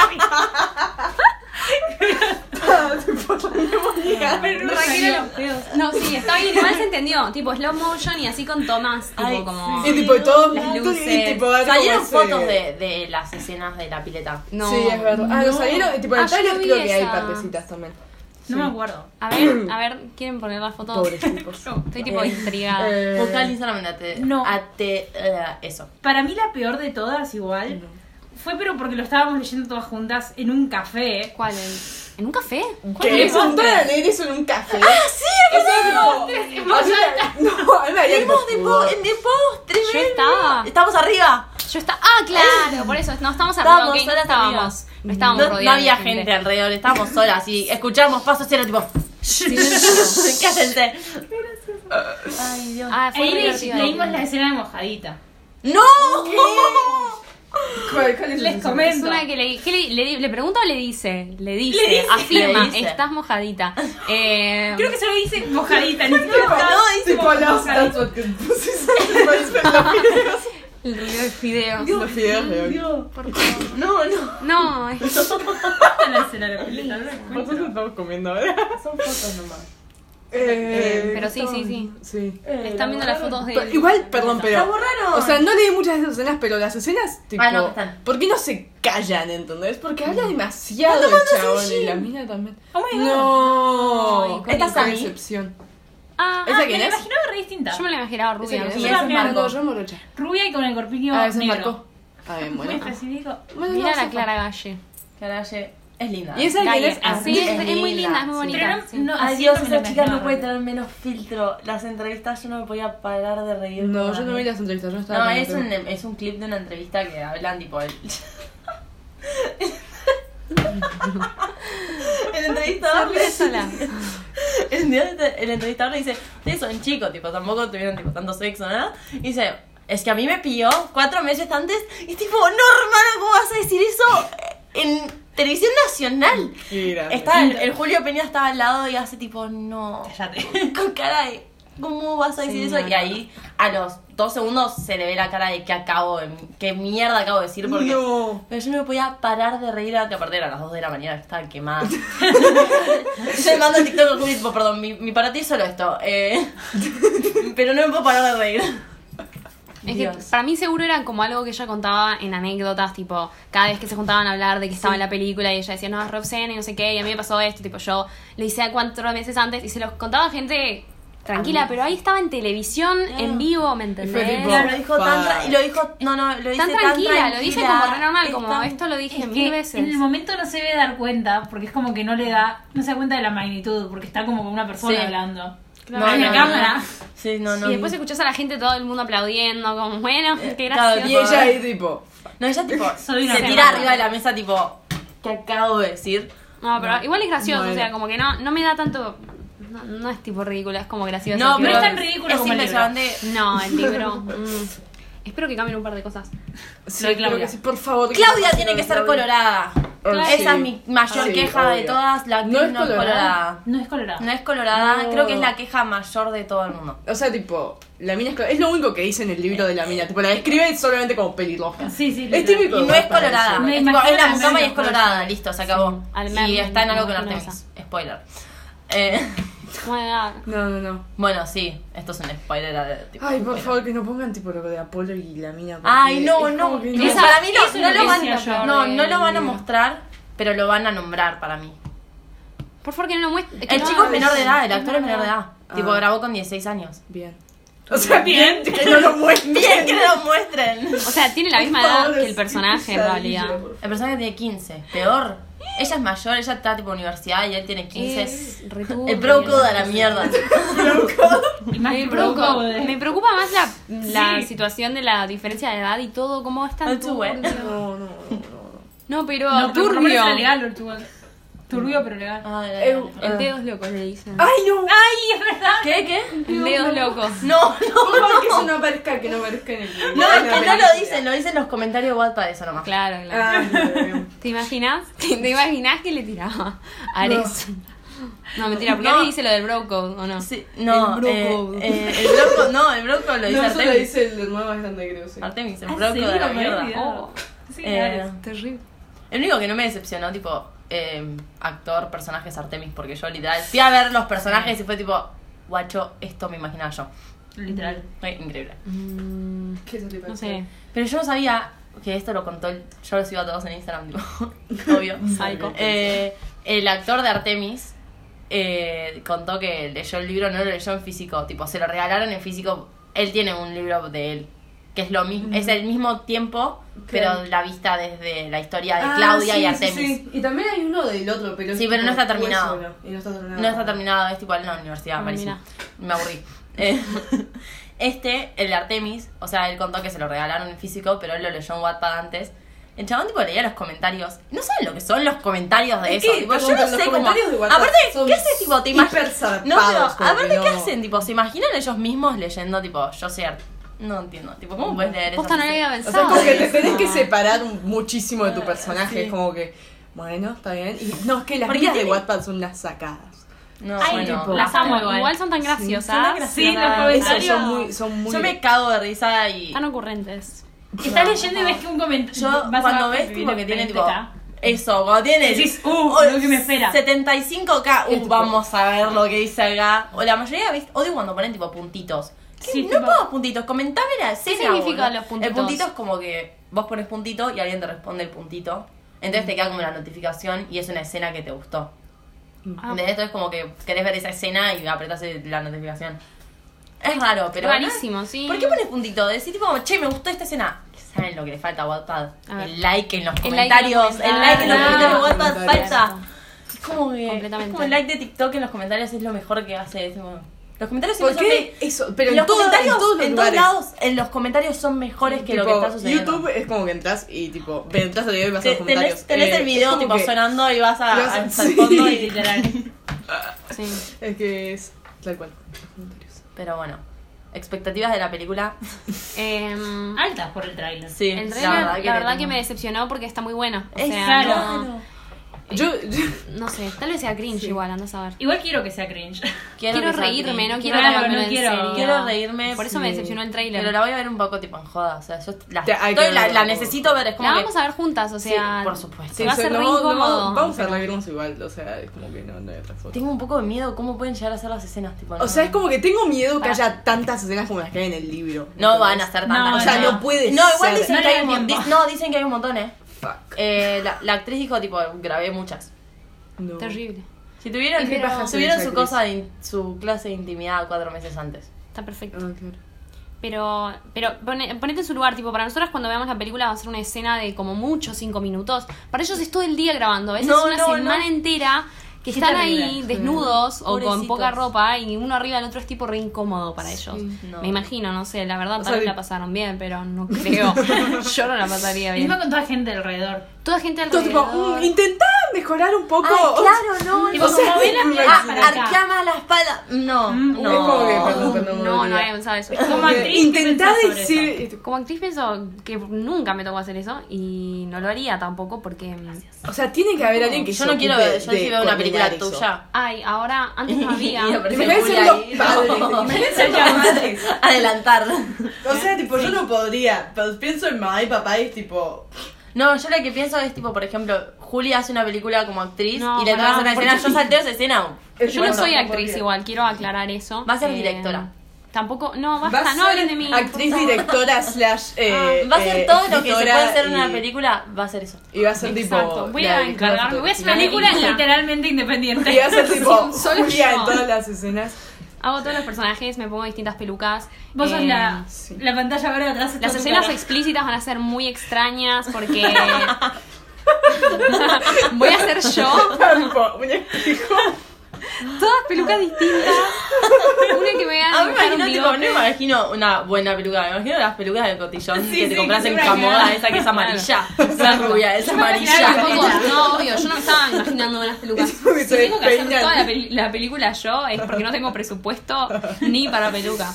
Speaker 4: [LAUGHS]
Speaker 3: Tipo, demoníaca.
Speaker 1: No, sí, está bien, igual se entendió. Tipo, slow motion y así con Tomás. Tipo,
Speaker 2: Ay,
Speaker 1: como.
Speaker 3: Y tipo, y todo.
Speaker 1: Las
Speaker 3: y
Speaker 1: luces.
Speaker 3: tipo, dar como
Speaker 2: Salieron
Speaker 3: ese-
Speaker 2: fotos de, de las escenas de la pileta.
Speaker 1: No.
Speaker 3: Sí, es verdad. Ah, lo
Speaker 1: No.
Speaker 3: salieron. Tipo, en
Speaker 1: Ah, yo
Speaker 3: Italia
Speaker 1: no vi
Speaker 3: creo que hay
Speaker 1: esa.
Speaker 3: partecitas también.
Speaker 4: No me acuerdo.
Speaker 1: A ver, a ver, ¿quieren poner la foto? [LAUGHS]
Speaker 3: Pobres tipos.
Speaker 1: Estoy tipo intrigada.
Speaker 3: Eh,
Speaker 2: Buscar Instagram a te-
Speaker 4: No.
Speaker 2: a te- eh, eso.
Speaker 4: Para mí la peor de todas igual fue pero porque lo estábamos leyendo todas juntas en un café.
Speaker 1: ¿Cuál? ¿En, en un café? ¿Cuál
Speaker 3: Que
Speaker 1: es?
Speaker 3: es un para leer eso en un café. ¡Ah, sí! Eso es tipo. a mí me- [LAUGHS] No, a mí me haría tipo,
Speaker 2: Vimos de, po
Speaker 3: sudor.
Speaker 2: en de postres,
Speaker 1: Yo
Speaker 2: ven,
Speaker 1: estaba.
Speaker 2: Estamos arriba.
Speaker 1: Yo está. Ah, claro, por eso. No estamos arriba,
Speaker 2: Estábamos
Speaker 1: ok, no
Speaker 2: solas
Speaker 1: estábamos.
Speaker 2: arriba.
Speaker 1: No estábamos
Speaker 2: No, no
Speaker 1: rodeados.
Speaker 2: había
Speaker 1: de
Speaker 2: gente alrededor, estábamos solas y escuchábamos pasos y era tipo. [LAUGHS] Cállense. Ay, Dios.
Speaker 1: Ah, fue
Speaker 4: Ahí
Speaker 1: re
Speaker 4: le-
Speaker 1: divertido.
Speaker 4: leímos la escena de mojadita.
Speaker 2: ¡No! [LAUGHS]
Speaker 3: ¿Cuál- cuál es esa escena?
Speaker 4: Les
Speaker 1: Es
Speaker 4: comento.
Speaker 1: una que le, ¿qué le, le, le pregunta o le dice? Le dice,
Speaker 2: Le dice.
Speaker 1: afirma,
Speaker 2: Le dice.
Speaker 1: estás mojadita. Eh,
Speaker 4: Creo que solo dice
Speaker 1: [LAUGHS]
Speaker 4: mojadita, ni siquiera
Speaker 3: Tipo,
Speaker 4: estaba-
Speaker 3: tipo, los that's what que [LAUGHS] pusiste en los videos.
Speaker 1: el ruido de fideos.
Speaker 3: Los videos de hoy.
Speaker 4: Dios,
Speaker 2: No, no.
Speaker 1: No, es-
Speaker 4: está la escena de la pileta, no la
Speaker 3: Nosotros
Speaker 4: encuentro.
Speaker 3: estamos comiendo ahora.
Speaker 2: Son fotos nomás.
Speaker 3: [LAUGHS] Eh,
Speaker 1: pero sí, sí, sí.
Speaker 3: Sí.
Speaker 1: Eh, Están viendo
Speaker 4: Ah,
Speaker 1: las fotos de.
Speaker 3: Pero Igual, perdón,
Speaker 2: ¡La
Speaker 3: pero.
Speaker 2: borraron!
Speaker 3: O sea, no leí muchas de esas escenas, pero las escenas, tipo.
Speaker 2: Ah, no, están.
Speaker 3: ¿Por qué no se callan, entendés? Porque habla demasiado el chabón y la mina también.
Speaker 4: Oh my god.
Speaker 3: No,
Speaker 1: No,
Speaker 3: esta
Speaker 2: icónico.
Speaker 3: es excepción.
Speaker 1: Ah,
Speaker 3: ¿Esa
Speaker 4: Ah,
Speaker 3: quién
Speaker 4: me
Speaker 3: es?
Speaker 4: la imaginaba re distinta.
Speaker 1: yo me la imaginaba rubia.
Speaker 2: Ese que
Speaker 1: no sé.
Speaker 2: sí.
Speaker 3: Esa
Speaker 4: también.
Speaker 3: Marco, yo morocha.
Speaker 4: Rubia y con el corpiño
Speaker 3: Ah, ese es Marco.
Speaker 4: negro.
Speaker 3: Ah, bien,
Speaker 4: Muy
Speaker 3: bueno.
Speaker 4: específico.
Speaker 3: Bueno,
Speaker 1: Mira
Speaker 3: no,
Speaker 1: la
Speaker 3: sí.
Speaker 1: Clara Galle.
Speaker 2: Caraye, es linda.
Speaker 3: ¿Y esa quién
Speaker 1: Galle.
Speaker 3: es?
Speaker 1: Ah, sí, es, es muy linda, es muy
Speaker 2: Sí.
Speaker 1: bonita.
Speaker 4: Pero no,
Speaker 1: sí.
Speaker 4: no,
Speaker 2: Adiós,
Speaker 4: así me la
Speaker 2: esa chica no
Speaker 4: imaginaba.
Speaker 2: puede tener menos filtro. Las entrevistas yo no me podía parar de reír.
Speaker 3: No,
Speaker 2: con
Speaker 3: yo no
Speaker 2: la-
Speaker 3: vi las entrevistas, yo estaba.
Speaker 2: No,
Speaker 3: con
Speaker 2: es
Speaker 3: el
Speaker 2: un,
Speaker 3: tema.
Speaker 2: es un clip de una entrevista que hablan tipo. El... [LAUGHS] el entrevistador
Speaker 1: Está re
Speaker 2: le-
Speaker 1: sola.
Speaker 2: [LAUGHS] el, el entrevistador le dice, ustedes son chicos, tipo, tampoco tuvieron tipo tanto sexo, nada. Y dice, es que a mí me pilló cuatro meses antes. Y es tipo, no, hermano, ¿cómo vas a decir eso en televisión nacional?
Speaker 3: Qué grande.
Speaker 2: Está, el, el Julio Peña estaba al lado y hace tipo, no.
Speaker 4: Cállate.
Speaker 2: [LAUGHS] Con cara de, ¿cómo vas a
Speaker 1: Sí,
Speaker 2: decir eso?
Speaker 1: no,
Speaker 2: y
Speaker 1: no.
Speaker 2: ahí, a los dos segundos, se le ve la cara de que acabo, de- qué mierda acabo de decir. Porque
Speaker 3: No.
Speaker 2: pero yo no me podía parar de reír antes, aparte eran las 2 de la mañana,
Speaker 1: [LAUGHS]
Speaker 2: estaba quemada. yo le mando TikTok a Juli, tipo, perdón, mi, mi para ti es solo esto. eh, pero no me puedo parar de reír.
Speaker 1: Es que
Speaker 2: Dios.
Speaker 1: para mí seguro era como algo que ella contaba en anécdotas, tipo, cada vez que se juntaban a hablar de que estaba en la película y ella decía, no, es re obscena y no sé qué, y a mí me pasó esto, tipo, yo le hice cuatro meses antes y se los contaba a gente tranquila, pero ahí estaba en televisión, en vivo, ¿me entendés?
Speaker 3: tipo,
Speaker 2: Claro, lo dijo tan tra-
Speaker 3: pa.
Speaker 2: y lo dijo, no, no, lo dice
Speaker 1: Tan
Speaker 2: tan
Speaker 1: tranquila, lo dice
Speaker 2: tranquila,
Speaker 1: como re normal,
Speaker 2: es
Speaker 1: como
Speaker 2: tan-
Speaker 1: esto lo dije
Speaker 4: Es
Speaker 1: mil
Speaker 4: que
Speaker 1: veces.
Speaker 4: En el momento no se debe dar cuenta, porque es como que no le da, no se da cuenta de la magnitud, porque está como con una persona
Speaker 2: Sí.
Speaker 4: hablando.
Speaker 2: No,
Speaker 4: Hay
Speaker 2: no,
Speaker 4: una
Speaker 2: no.
Speaker 4: cámara.
Speaker 2: Sí, no, no.
Speaker 1: y después escuchás a la gente, todo el mundo aplaudiendo, como, bueno, qué
Speaker 2: claro,
Speaker 1: gracioso.
Speaker 3: Y ella ahí, tipo.
Speaker 2: No, ella tipo,
Speaker 1: [LAUGHS]
Speaker 4: Soy una
Speaker 2: se tira
Speaker 4: cerda.
Speaker 2: arriba de la mesa, tipo, ¿qué acabo de decir?
Speaker 1: No, pero igual es gracioso,
Speaker 3: Bueno.
Speaker 1: o sea, como que no, no me da tanto... No, no es tipo ridículo, es como gracioso.
Speaker 4: no
Speaker 1: tipo,
Speaker 4: es tan ridículo
Speaker 2: es
Speaker 4: como el libro.
Speaker 2: impresionante.
Speaker 1: No, el libro... mm. Espero que cambien un par de cosas.
Speaker 3: Sí,
Speaker 4: Lo de
Speaker 3: creo
Speaker 4: Claudia.
Speaker 3: que sí, por favor. que
Speaker 2: Claudia
Speaker 3: pase
Speaker 2: tiene
Speaker 3: lo
Speaker 2: que
Speaker 3: de
Speaker 2: ser
Speaker 3: Claudia.
Speaker 2: colorada.
Speaker 1: Oh,
Speaker 3: Ah, sí.
Speaker 2: Esa es mi mayor
Speaker 3: Sí,
Speaker 2: queja de
Speaker 3: obvio.
Speaker 2: todas. La actriz no es colorada.
Speaker 4: No es colorada.
Speaker 2: Ah. No es colorada,
Speaker 3: No.
Speaker 2: creo que es la queja mayor de todo el mundo.
Speaker 3: O sea, tipo, la mina es colorada. Es lo único que dice en el libro de la mina. Tipo, la describe solamente como pelirroja.
Speaker 4: Sí, sí,
Speaker 3: Es
Speaker 4: literal.
Speaker 3: típico.
Speaker 2: Y no es colorada.
Speaker 4: Me
Speaker 2: Es, tipo,
Speaker 4: imagino
Speaker 2: es la
Speaker 4: la
Speaker 2: mucama y
Speaker 4: mina.
Speaker 2: es colorada. Listo, se acabó.
Speaker 1: Sí. Al- me-
Speaker 2: Y
Speaker 1: me-
Speaker 2: está en
Speaker 1: me
Speaker 2: algo con
Speaker 1: imagino
Speaker 2: Artemis. Spoiler. Eh, [LAUGHS]
Speaker 1: Bueno,
Speaker 3: No, no, no.
Speaker 2: bueno, sí, esto es un spoiler. eh, tipo,
Speaker 3: Ay, por
Speaker 2: spoiler.
Speaker 3: favor, que no pongan tipo lo de Apolo y la mina. porque
Speaker 2: Ay, no,
Speaker 3: es
Speaker 2: no.
Speaker 3: como que
Speaker 1: Esa-
Speaker 2: para mí no, no
Speaker 4: eso es lo
Speaker 2: lo
Speaker 4: que
Speaker 2: van,
Speaker 4: decía yo,
Speaker 2: no,
Speaker 1: de-
Speaker 2: no lo van a mostrar, pero lo van a nombrar para mí.
Speaker 1: por favor que no lo muestren. que
Speaker 2: El
Speaker 1: no
Speaker 2: chico es
Speaker 1: hagan-
Speaker 2: menor de edad, el actor es menor de edad.
Speaker 3: Ah.
Speaker 2: Tipo, grabó con
Speaker 3: [LAUGHS]
Speaker 2: 16 años.
Speaker 3: Bien. O sea, bien, que no lo muestren.
Speaker 2: Bien [LAUGHS] que lo muestren.
Speaker 1: O sea, tiene la misma
Speaker 3: Por favor,
Speaker 1: edad que el
Speaker 3: es
Speaker 1: personaje en
Speaker 3: bizarrillo.
Speaker 1: realidad.
Speaker 2: El personaje tiene 15, peor. Ella es mayor, ella está tipo en universidad y él tiene 15.
Speaker 1: Es returbio.
Speaker 2: el pro code a la mierda.
Speaker 4: Y más
Speaker 1: Me
Speaker 4: que eh.
Speaker 1: preocupa,
Speaker 4: Broco, de-
Speaker 1: me preocupa más la, la
Speaker 4: Sí.
Speaker 1: situación de la diferencia de edad y todo, cómo es tan
Speaker 2: Al tubo, eh.
Speaker 1: turbio.
Speaker 3: No, no, no, no.
Speaker 1: No, pero
Speaker 4: No, pero por lo menos
Speaker 1: turbio.
Speaker 4: era legal el tubo. Turbio, pero legal.
Speaker 2: Ah, dale,
Speaker 3: Eh,
Speaker 2: dale.
Speaker 1: El dedos locos le dicen.
Speaker 2: Ah,
Speaker 3: Ay, no.
Speaker 4: ¡Ay, es verdad!
Speaker 1: [LAUGHS]
Speaker 2: ¿Qué? ¿Qué?
Speaker 1: El dedos locos.
Speaker 2: No, [LAUGHS] no.
Speaker 3: Por favor, que eso no aparezca, que no aparezca en el libro.
Speaker 2: No, es que no lo dicen,
Speaker 3: no.
Speaker 2: lo dicen los comentarios de Wattpad eso nomás.
Speaker 1: Claro, claro.
Speaker 3: Ah, no.
Speaker 1: ¿Te imaginas? [LAUGHS] ¿Te, te imaginas que le tiraba a Ares? No, mentira, porque
Speaker 2: No.
Speaker 1: él dice lo del bro code, ¿o no?
Speaker 2: Sí, no,
Speaker 3: El bro
Speaker 2: eh,
Speaker 3: code.
Speaker 2: eh, el bro code- no, el bro
Speaker 3: [LAUGHS]
Speaker 2: code lo dice
Speaker 3: No, eso lo
Speaker 2: Artemis.
Speaker 3: dice el hermano más grande, creo, sí.
Speaker 2: Artemis, el
Speaker 4: Ah,
Speaker 2: bro
Speaker 4: sí,
Speaker 2: code a la
Speaker 4: me
Speaker 2: mierda.
Speaker 4: olvidé.
Speaker 1: Oh,
Speaker 4: Sí,
Speaker 2: Eh,
Speaker 4: Ares.
Speaker 1: terrible.
Speaker 2: El único que no me decepcionó, tipo, eh, actor, personajes Artemis, porque yo literal fui a ver los personajes y fue tipo, guacho, esto me imaginaba yo.
Speaker 4: Literal.
Speaker 2: Fue increíble.
Speaker 1: Mm,
Speaker 3: ¿Qué te
Speaker 1: no
Speaker 3: parece?
Speaker 1: sé.
Speaker 2: Pero yo no sabía que esto lo contó, el- yo lo sigo a todos en Instagram,
Speaker 3: [LAUGHS]
Speaker 2: tipo, obvio.
Speaker 1: Psycho.
Speaker 2: Eh, el actor de Artemis eh, contó que leyó el libro, no lo leyó en físico, tipo, se lo regalaron en físico. Él tiene un libro de él, que es lo mismo, es el mismo tiempo, pero la vista desde la historia de
Speaker 3: Ah,
Speaker 2: Claudia
Speaker 3: sí,
Speaker 2: y
Speaker 3: sí,
Speaker 2: Artemis.
Speaker 3: sí. Y también hay uno del otro, pero... es
Speaker 2: Sí, pero no
Speaker 3: tipo
Speaker 2: está
Speaker 3: después,
Speaker 2: terminado.
Speaker 3: ¿o no? Y no está terminado.
Speaker 2: No está terminado, es tipo en la universidad,
Speaker 1: Ah,
Speaker 2: malísimo. Me aburrí. Eh, [LAUGHS] este, el de Artemis, o sea, él contó que se lo regalaron en físico, pero él lo leyó en Wattpad antes. El chabón tipo leía los comentarios. No saben lo que son los comentarios de
Speaker 3: Es
Speaker 2: eso.
Speaker 3: que,
Speaker 2: tipo,
Speaker 3: perdón,
Speaker 2: yo no
Speaker 3: pero los
Speaker 2: sé cómo.
Speaker 3: comentarios de WhatsApp
Speaker 2: Aparte,
Speaker 3: son
Speaker 2: ¿qué haces tipo? ¿Te
Speaker 3: hiper
Speaker 2: imaginas?
Speaker 3: zarpados,
Speaker 2: No, pero
Speaker 3: como que
Speaker 2: aparte, ¿qué
Speaker 3: no.
Speaker 2: hacen? Tipo, ¿se imaginan ellos mismos leyendo tipo, yo sé Ar- No entiendo. Tipo, ¿cómo puedes leer eso?
Speaker 1: Posta no lo había
Speaker 3: O
Speaker 1: pensado.
Speaker 3: sea, es como que te
Speaker 1: eso.
Speaker 3: tenés que separar un- muchísimo
Speaker 2: Ah,
Speaker 3: de tu personaje. Es como que, bueno, está bien. Y no, es que las
Speaker 2: Porque
Speaker 3: líneas de
Speaker 2: tiene-
Speaker 3: Wattpad son las sacadas.
Speaker 2: No,
Speaker 4: Ay,
Speaker 2: bueno.
Speaker 4: tipo, las amo igual.
Speaker 1: Igual son tan
Speaker 4: son tan
Speaker 1: graciosas.
Speaker 4: graciosas. Sí, los
Speaker 3: Eso,
Speaker 4: comentarios.
Speaker 3: son muy... Son muy
Speaker 2: Yo me cago de risa
Speaker 4: Ah,
Speaker 2: y.
Speaker 1: Tan ocurrentes.
Speaker 4: Estás leyendo y ves que un comentario.
Speaker 2: mm, Yo cuando ves tipo que tiene tipo eso, cuando tiene
Speaker 4: Decís, uh,
Speaker 2: oh,
Speaker 4: lo que me espera.
Speaker 2: 75k,
Speaker 3: Es
Speaker 2: uh,
Speaker 3: tipo-
Speaker 2: vamos a ver lo que dice acá. O la mayoría, ¿viste? Odio cuando ponen tipo puntitos. ¿Qué?
Speaker 4: Sí,
Speaker 2: no
Speaker 4: tipo-
Speaker 2: pongas puntitos, comentame la escena.
Speaker 1: significan
Speaker 2: boludo.
Speaker 1: los puntitos?
Speaker 2: El puntito es como que vos pones puntito y alguien te responde el puntito. Entonces te queda como la notificación y es una escena que te gustó.
Speaker 1: Ah,
Speaker 2: Entonces esto es como que querés ver esa escena y apretás el- la notificación. Es raro, pero.
Speaker 1: rarísimo, sí.
Speaker 2: ¿Por qué pones puntito? Decís tipo, che, me gustó esta escena. ¿Saben lo que le falta a Wattpad?
Speaker 1: A ver.
Speaker 2: El like en los
Speaker 1: El like en los
Speaker 2: comentarios. El like en los
Speaker 1: comentarios.
Speaker 2: comentarios de Wattpad
Speaker 3: Ah, Comentarios.
Speaker 2: falta. Es como que.
Speaker 1: Completamente.
Speaker 2: es como el like de TikTok en los comentarios es lo mejor que hace. es como- los comentarios
Speaker 3: ¿Por
Speaker 2: siempre
Speaker 3: qué
Speaker 2: son de-
Speaker 3: eso? Pero en,
Speaker 2: los
Speaker 3: todo- en
Speaker 2: comentarios,
Speaker 3: todos los
Speaker 2: en todos
Speaker 3: lugares.
Speaker 2: lados, en los comentarios son mejores que lo que
Speaker 3: Tipo,
Speaker 2: está sucediendo.
Speaker 3: YouTube es como que entras y tipo, ve, entras al video y vas a
Speaker 2: Te-
Speaker 3: los comentarios.
Speaker 2: tenés tenés
Speaker 3: Eh,
Speaker 2: el
Speaker 3: es
Speaker 2: video
Speaker 3: como
Speaker 2: tipo
Speaker 3: que-
Speaker 2: sonando y vas a,
Speaker 3: Lo
Speaker 2: a-
Speaker 3: hacen-
Speaker 2: hasta
Speaker 3: [LAUGHS]
Speaker 2: el
Speaker 3: sí.
Speaker 2: fondo y literal.
Speaker 1: Sí.
Speaker 3: Es que es tal cual. los comentarios.
Speaker 2: Pero bueno, expectativas de la película.
Speaker 1: Em,
Speaker 4: Altas por el trailer.
Speaker 2: mm. Sí,
Speaker 1: el trailer, la verdad, que, me decepcionó porque está muy bueno. O
Speaker 2: Es
Speaker 1: sea,
Speaker 4: claro.
Speaker 1: no,
Speaker 2: Eh,
Speaker 3: Yo, yo-
Speaker 1: no sé, tal vez sea cringe igual, anda a saber.
Speaker 4: Igual quiero que sea cringe. [LAUGHS]
Speaker 1: Quiero, reírme, no quiero
Speaker 4: Claro,
Speaker 1: tomármelo
Speaker 4: no
Speaker 1: en
Speaker 4: quiero.
Speaker 1: serio.
Speaker 4: Ah,
Speaker 2: Quiero reírme.
Speaker 1: Por eso me decepcionó el trailer.
Speaker 2: Pero la voy a ver un poco tipo en joda. O sea, yo est- la,
Speaker 3: Te- hay
Speaker 2: estoy-
Speaker 3: que
Speaker 2: la,
Speaker 3: verla.
Speaker 2: la necesito ver. Es como
Speaker 1: La
Speaker 2: que-
Speaker 1: vamos a ver juntas, o sea.
Speaker 2: por supuesto.
Speaker 1: Se va a
Speaker 3: sí,
Speaker 1: hacer
Speaker 3: no,
Speaker 1: re
Speaker 3: no,
Speaker 1: incómodo.
Speaker 3: vamos a reírnos igual, o sea, es como que no, no hay otra forma.
Speaker 2: Tengo un poco de miedo cómo pueden llegar a ser las escenas. Tipo, no.
Speaker 3: O sea, es como que tengo miedo que haya tantas escenas como las que hay en el libro.
Speaker 2: No
Speaker 3: Entonces,
Speaker 2: van a ser tantas.
Speaker 4: No,
Speaker 3: O sea,
Speaker 4: no.
Speaker 3: no, puede
Speaker 2: No, igual
Speaker 3: ser.
Speaker 2: dicen
Speaker 4: No
Speaker 2: que
Speaker 4: le
Speaker 2: hay un
Speaker 4: da
Speaker 2: montón.
Speaker 4: tiempo.
Speaker 2: No, dicen que hay un montón, eh.
Speaker 3: Fuck.
Speaker 2: Eh, la, la actriz dijo, tipo, grabé muchas.
Speaker 3: No.
Speaker 1: Terrible.
Speaker 2: Si tuvieron,
Speaker 3: Es que paja ser
Speaker 2: tuvieron
Speaker 3: esa
Speaker 2: su
Speaker 3: actriz.
Speaker 2: cosa, de in- su clase de intimidad cuatro meses antes.
Speaker 1: Está perfecto.
Speaker 3: Ah, claro.
Speaker 1: Pero, pero pone- ponete en su lugar, tipo, para nosotras cuando veamos la película va a ser una escena de como mucho, cinco minutos. Para ellos es todo el día grabando, a veces
Speaker 2: No,
Speaker 1: una
Speaker 2: no,
Speaker 1: semana
Speaker 2: no.
Speaker 1: entera que
Speaker 4: Qué
Speaker 1: están
Speaker 4: terrible.
Speaker 1: ahí desnudos o con
Speaker 2: Pobrecitos.
Speaker 1: poca ropa y uno arriba del otro es tipo re incómodo para ellos.
Speaker 2: No.
Speaker 1: Me imagino, no sé, la verdad
Speaker 3: O
Speaker 1: tal
Speaker 3: sea,
Speaker 1: vez
Speaker 3: de-
Speaker 1: la pasaron bien, pero no creo. Yo no la pasaría bien.
Speaker 4: Encima con toda gente alrededor.
Speaker 1: Toda gente
Speaker 3: Entonces,
Speaker 1: alrededor.
Speaker 3: tipo, mm, intentá mejorar un poco.
Speaker 2: Ay, claro, no,
Speaker 4: Y
Speaker 2: no.
Speaker 4: vos como ven la
Speaker 3: es [LAUGHS]
Speaker 4: mirada
Speaker 2: Ah,
Speaker 4: para acá.
Speaker 2: arquea más la espalda. No,
Speaker 4: Mm.
Speaker 3: Es como que
Speaker 2: no.
Speaker 3: perdón, perdón,
Speaker 1: No, no
Speaker 3: boluda.
Speaker 1: había pensado eso.
Speaker 4: Como actriz, ¿qué
Speaker 3: Intentá
Speaker 4: pensás sobre eso?
Speaker 3: decir.
Speaker 1: Como actriz pienso que nunca me tocó hacer eso y no lo haría tampoco porque... mm,
Speaker 3: O sea, tiene que haber alguien que
Speaker 2: Yo
Speaker 3: se
Speaker 2: no quiero
Speaker 3: ocupe
Speaker 2: ver, yo no
Speaker 3: de
Speaker 2: quiero ver una película
Speaker 3: coordinar eso.
Speaker 2: tuya.
Speaker 1: Ay, ahora antes
Speaker 2: [LAUGHS]
Speaker 1: no había...
Speaker 2: Y aparece
Speaker 3: Me parece
Speaker 2: Julia
Speaker 3: lo
Speaker 2: ahí.
Speaker 3: padre.
Speaker 2: [LAUGHS] No.
Speaker 3: Me
Speaker 4: Se llama Matrix.
Speaker 2: Adelantar.
Speaker 3: O sea, tipo, yo no podría. Pero pienso en mamá y papá y es tipo.
Speaker 2: No, yo lo que pienso es tipo, por ejemplo, Julia hace una película como actriz
Speaker 1: No,
Speaker 2: y le toca
Speaker 1: pará,
Speaker 2: hacer una
Speaker 1: ¿por
Speaker 2: escena,
Speaker 1: qué?
Speaker 2: yo salteo esa escena.
Speaker 1: Yo no soy
Speaker 3: podría.
Speaker 1: actriz igual, quiero aclarar eso. Eh,
Speaker 2: Va a ser directora.
Speaker 1: Tampoco, no,
Speaker 3: Va a
Speaker 1: basta, no
Speaker 3: ser
Speaker 1: hablen de mí.
Speaker 3: Actriz, directora,
Speaker 2: [LAUGHS]
Speaker 3: slash. eh,
Speaker 2: Ah, Va a ser
Speaker 3: eh,
Speaker 2: todo lo que se puede
Speaker 3: escritora
Speaker 2: hacer en una
Speaker 3: y-
Speaker 2: película, va a ser eso.
Speaker 3: Y va a ser tipo.
Speaker 1: Exacto, voy
Speaker 3: la
Speaker 1: a
Speaker 3: directora
Speaker 1: encargarme, voy a hacer una película
Speaker 4: Película
Speaker 1: en la...
Speaker 4: literalmente independiente.
Speaker 3: [LAUGHS] Y va
Speaker 1: [LAUGHS]
Speaker 3: a ser tipo.
Speaker 1: Sí, solo
Speaker 3: Julia
Speaker 1: yo.
Speaker 3: en todas las escenas.
Speaker 1: Hago todos los personajes, me pongo distintas pelucas.
Speaker 4: Vos sos
Speaker 1: eh,
Speaker 4: la,
Speaker 3: sí.
Speaker 4: la pantalla verde atrás. está
Speaker 1: Las
Speaker 4: tu
Speaker 1: escenas
Speaker 4: cara.
Speaker 1: explícitas van a ser muy extrañas
Speaker 3: [LAUGHS]
Speaker 1: porque... voy a ser yo.
Speaker 3: [LAUGHS] Tipo, un espejo.
Speaker 1: Todas pelucas distintas. Una que me
Speaker 2: A
Speaker 1: haga
Speaker 2: mí me
Speaker 1: dibujar un
Speaker 2: imagino, tipo, no me
Speaker 1: bigote.
Speaker 2: imagino una buena peluca, me imagino las pelucas del cotillón
Speaker 4: Sí,
Speaker 2: que
Speaker 4: sí,
Speaker 2: te compras
Speaker 4: que
Speaker 2: en
Speaker 4: son
Speaker 2: Camoda,
Speaker 4: blancas.
Speaker 2: esa que es amarilla, esa rubia, esa
Speaker 4: imagino
Speaker 2: amarilla.
Speaker 1: Tampoco,
Speaker 2: [LAUGHS]
Speaker 1: no, obvio, yo no me estaba imaginando unas pelucas. Si
Speaker 3: Porque se
Speaker 1: tengo que hacer
Speaker 3: despeinan.
Speaker 1: toda la,
Speaker 3: [LAUGHS]
Speaker 1: peli- la película yo es porque no tengo presupuesto ni para peluca.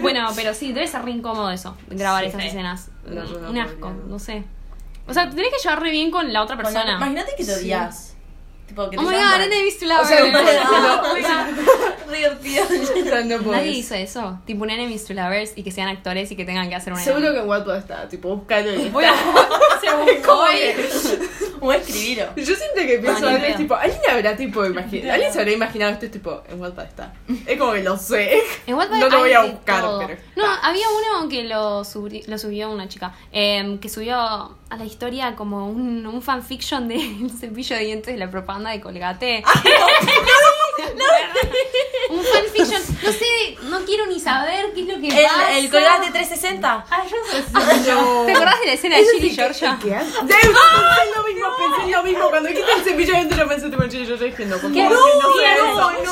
Speaker 1: Bueno, pero sí, debe ser re incómodo eso, grabar
Speaker 2: Sí,
Speaker 1: esas
Speaker 2: sí.
Speaker 1: escenas.
Speaker 3: No, yo no
Speaker 1: un asco,
Speaker 3: podría.
Speaker 1: no sé. O sea, te tenés que llevar re bien con la otra persona.
Speaker 2: Imagínate que te odias. Tipo, que te
Speaker 1: Oh my
Speaker 2: llaman-
Speaker 1: god, Nene viste la
Speaker 3: O sea,
Speaker 1: verga. [LAUGHS]
Speaker 3: no,
Speaker 2: Re divertido.
Speaker 3: no, no puedo.
Speaker 1: Oh Nadie hizo eso. Tipo un enemy to lovers y que sean actores y que tengan que hacer una.
Speaker 3: Seguro que en Wattpad está, tipo, buscalo y
Speaker 1: Voy a.
Speaker 3: [LAUGHS]
Speaker 1: [LAUGHS]
Speaker 2: O escribirlo.
Speaker 3: Yo siempre que pienso
Speaker 1: Ah, ni
Speaker 3: algo es
Speaker 1: pedo.
Speaker 3: tipo, alguien habrá tipo imagi- alguien se habrá imaginado esto es tipo, en Wattpad está. Es como que
Speaker 1: [LAUGHS]
Speaker 3: lo sé.
Speaker 1: En Wattpad
Speaker 3: no lo
Speaker 1: hay
Speaker 3: voy a
Speaker 1: de
Speaker 3: buscar,
Speaker 1: todo.
Speaker 3: pero.
Speaker 1: No, había uno que lo, subri- lo subió una chica, eh, que subió a la historia como un, un [LAUGHS] fanfiction del cepillo de dientes de la propaganda de
Speaker 3: [LAUGHS]
Speaker 1: Colgate.
Speaker 3: Ah,
Speaker 1: [LAUGHS] un fanfiction, no sé, no quiero ni saber qué es lo que pasa.
Speaker 2: El, el colgate 360.
Speaker 4: Ah, yo soy
Speaker 3: No.
Speaker 1: ¿Te acordás de la escena de Jill y Georgia?
Speaker 3: ¿Qué haces? Pensé en lo mismo, pensé en lo mismo. Cuando dijiste el cepillo de dientes, lo pensé tipo en Chile. Yo dije, no, por
Speaker 1: ¿Qué?
Speaker 3: favor. que no, sea
Speaker 2: no,
Speaker 3: eso.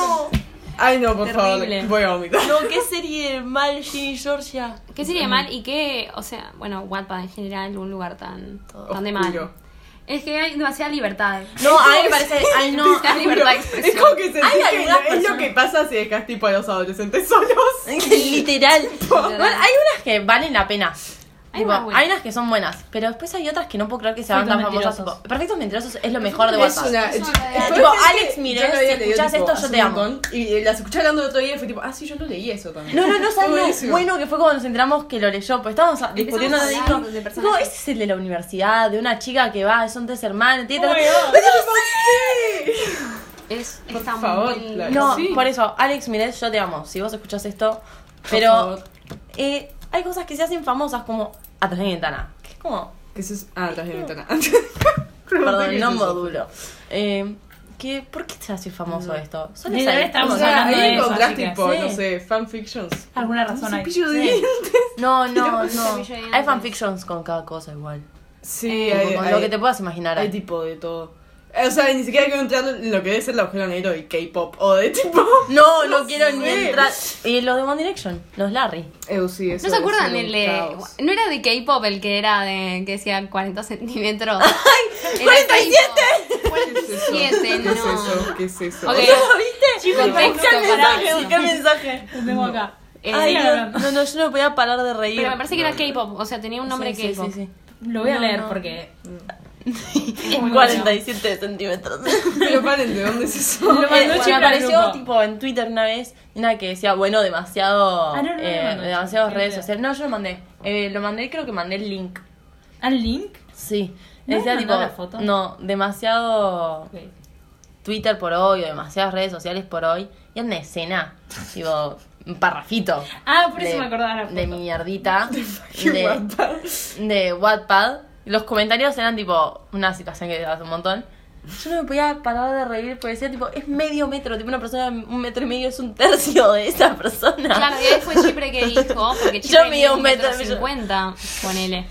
Speaker 2: no.
Speaker 3: Ay, no, por
Speaker 1: Terrible.
Speaker 3: favor. Voy a vomitar.
Speaker 2: No, qué serie mal, Ginny y Georgia.
Speaker 1: ¿Qué sería mal y qué, o sea, bueno, Wattpad en general, un lugar tan, tan de mal?
Speaker 3: Oscuro.
Speaker 1: Es que hay demasiada libertad.
Speaker 2: No, a mí me parece. Ay, no.
Speaker 1: Demasiada libertad de expresión.
Speaker 3: [LAUGHS] Es como que sentí
Speaker 2: Hay
Speaker 3: que
Speaker 2: algunas
Speaker 3: es lo
Speaker 2: personas-
Speaker 3: que pasa si dejas tipo a los adolescentes solos.
Speaker 1: Literal.
Speaker 2: Literal. Bueno, hay unas que valen la pena.
Speaker 1: Hay
Speaker 2: Tipo,
Speaker 1: más buenas.
Speaker 2: hay unas que son buenas, pero después hay otras que no puedo creer que sean tan
Speaker 4: Perfectos
Speaker 2: famosas.
Speaker 4: Mentirosos.
Speaker 2: tipo, Perfectos mentirosos es lo mejor de WhatsApp.
Speaker 1: Es
Speaker 2: una-
Speaker 3: Yo
Speaker 2: Tipo,
Speaker 3: pensé
Speaker 2: Alex
Speaker 3: que-
Speaker 2: Miró,
Speaker 3: yo lo había
Speaker 2: si
Speaker 3: leído,
Speaker 2: escuchás
Speaker 3: tipo,
Speaker 2: esto, yo
Speaker 3: hace
Speaker 2: te
Speaker 3: un
Speaker 2: amo.
Speaker 3: montón, Y las escuché hablando el otro día y fue tipo, ah, sí, yo lo leí eso también.
Speaker 2: No, no, no sabes lo
Speaker 3: Buenísimo. [LAUGHS]
Speaker 2: bueno que fue cuando nos enteramos que lo leyó. Pues estábamos a- discutiendo
Speaker 1: a
Speaker 2: de
Speaker 1: hablar
Speaker 2: dijo,
Speaker 1: de personajes.
Speaker 2: dijo, ese es el de la universidad, de una chica que va, son tres hermanas, tiene tres-
Speaker 1: Es,
Speaker 3: Por
Speaker 1: está
Speaker 3: favor,
Speaker 1: muy...
Speaker 3: claro.
Speaker 2: No,
Speaker 3: Sí.
Speaker 2: por eso, Alex Mirés, yo te amo. Si vos escuchás esto,
Speaker 3: Pero.
Speaker 2: [LAUGHS] pero eh, hay cosas que se hacen famosas como atrás de mi ventana. Que es como,
Speaker 3: ¿Qué es eso? Ah, atrás de la [LAUGHS] ventana.
Speaker 2: perdón, no modulo. Eh, que, ¿Por qué se hace famoso esto? Son
Speaker 4: Ni
Speaker 2: esas-
Speaker 4: de
Speaker 3: O
Speaker 4: estamos
Speaker 3: sea,
Speaker 4: hablando de
Speaker 3: ahí
Speaker 4: eso,
Speaker 3: encontrás
Speaker 4: chicas.
Speaker 3: tipo,
Speaker 2: Sí.
Speaker 3: no sé, fanfictions.
Speaker 4: Alguna razón hay.
Speaker 3: Cepillo de
Speaker 2: [LAUGHS]
Speaker 4: [LAUGHS]
Speaker 3: dientes.
Speaker 2: No, no,
Speaker 1: Sí,
Speaker 2: no.
Speaker 1: cepillo de dientes.
Speaker 2: Hay fanfictions con cada cosa igual.
Speaker 3: Sí,
Speaker 2: Como
Speaker 3: hay,
Speaker 2: con
Speaker 3: hay-
Speaker 2: lo que te puedas imaginar.
Speaker 3: hay
Speaker 2: hay.
Speaker 3: tipo de todo. Eh, O sea, ni siquiera quiero entrar en lo que debe ser el agujero negro del K-pop o de tipo.
Speaker 2: [LAUGHS] No, no,
Speaker 3: No
Speaker 2: quiero ni
Speaker 3: sé.
Speaker 2: entrar. Y los de One Direction, los Larry.
Speaker 3: Eu, sí, eso
Speaker 1: ¿No se
Speaker 3: debe
Speaker 1: acuerdan
Speaker 3: ser un
Speaker 1: el de...
Speaker 3: caos.
Speaker 1: No era de K-pop el que era de... que decía 40 centímetros. ¡Ay!
Speaker 3: ¿Qué es eso?
Speaker 1: ¡47!
Speaker 3: ¿Qué es
Speaker 1: no.
Speaker 3: eso? ¿Qué es eso?
Speaker 1: Ok.
Speaker 3: O sea,
Speaker 2: viste?
Speaker 1: Chicos,
Speaker 2: Contexto,
Speaker 1: no,
Speaker 2: mensaje,
Speaker 1: no.
Speaker 2: ¿qué mensaje?
Speaker 4: Lo tengo acá.
Speaker 1: Eh,
Speaker 2: Ay,
Speaker 4: sigan
Speaker 2: no,
Speaker 4: hablando.
Speaker 2: no, no, yo no podía parar de reír.
Speaker 1: Pero me parece que era K-pop, o sea, tenía un nombre
Speaker 2: Sí, sí,
Speaker 1: K-pop.
Speaker 2: sí, sí.
Speaker 4: Lo voy a
Speaker 2: No,
Speaker 4: leer
Speaker 2: no.
Speaker 4: porque. mm,
Speaker 2: Es 47 centímetros.
Speaker 3: Pero paren, ¿de dónde es
Speaker 4: [LAUGHS]
Speaker 3: eso?
Speaker 4: Lo
Speaker 2: Eh,
Speaker 4: mandó
Speaker 2: me
Speaker 4: Chica
Speaker 2: apareció
Speaker 4: Lupo.
Speaker 2: tipo en Twitter una vez una que decía, bueno, demasiado.
Speaker 4: Ah, no, no, no,
Speaker 2: eh,
Speaker 4: no, no.
Speaker 2: demasiadas
Speaker 4: No,
Speaker 2: redes
Speaker 4: no.
Speaker 2: sociales. No, yo lo mandé. Eh, lo mandé, creo que mandé el link.
Speaker 4: ¿Al link?
Speaker 2: Sí.
Speaker 4: ¿No
Speaker 2: decía
Speaker 4: me
Speaker 2: tipo.
Speaker 4: mandó la foto?
Speaker 2: No, demasiado
Speaker 4: Ok.
Speaker 2: Twitter por hoy o demasiadas redes sociales por hoy. Y era una escena. Tipo, un parrafito.
Speaker 4: Ah, por eso
Speaker 2: de-
Speaker 4: me acordaba la foto.
Speaker 2: De
Speaker 4: [LAUGHS]
Speaker 2: mierdita.
Speaker 3: Qué
Speaker 2: de,
Speaker 3: guapa.
Speaker 2: de Wattpad. Los comentarios eran tipo una situación que te hace un montón. Yo no me podía parar de reír porque decía tipo, es medio metro, tipo una persona, un metro y medio es un tercio de esa persona.
Speaker 1: Claro, y ahí fue Chipre que dijo, porque
Speaker 2: Yo
Speaker 1: Chipre
Speaker 2: mido un metro,
Speaker 1: cincuenta, ponele.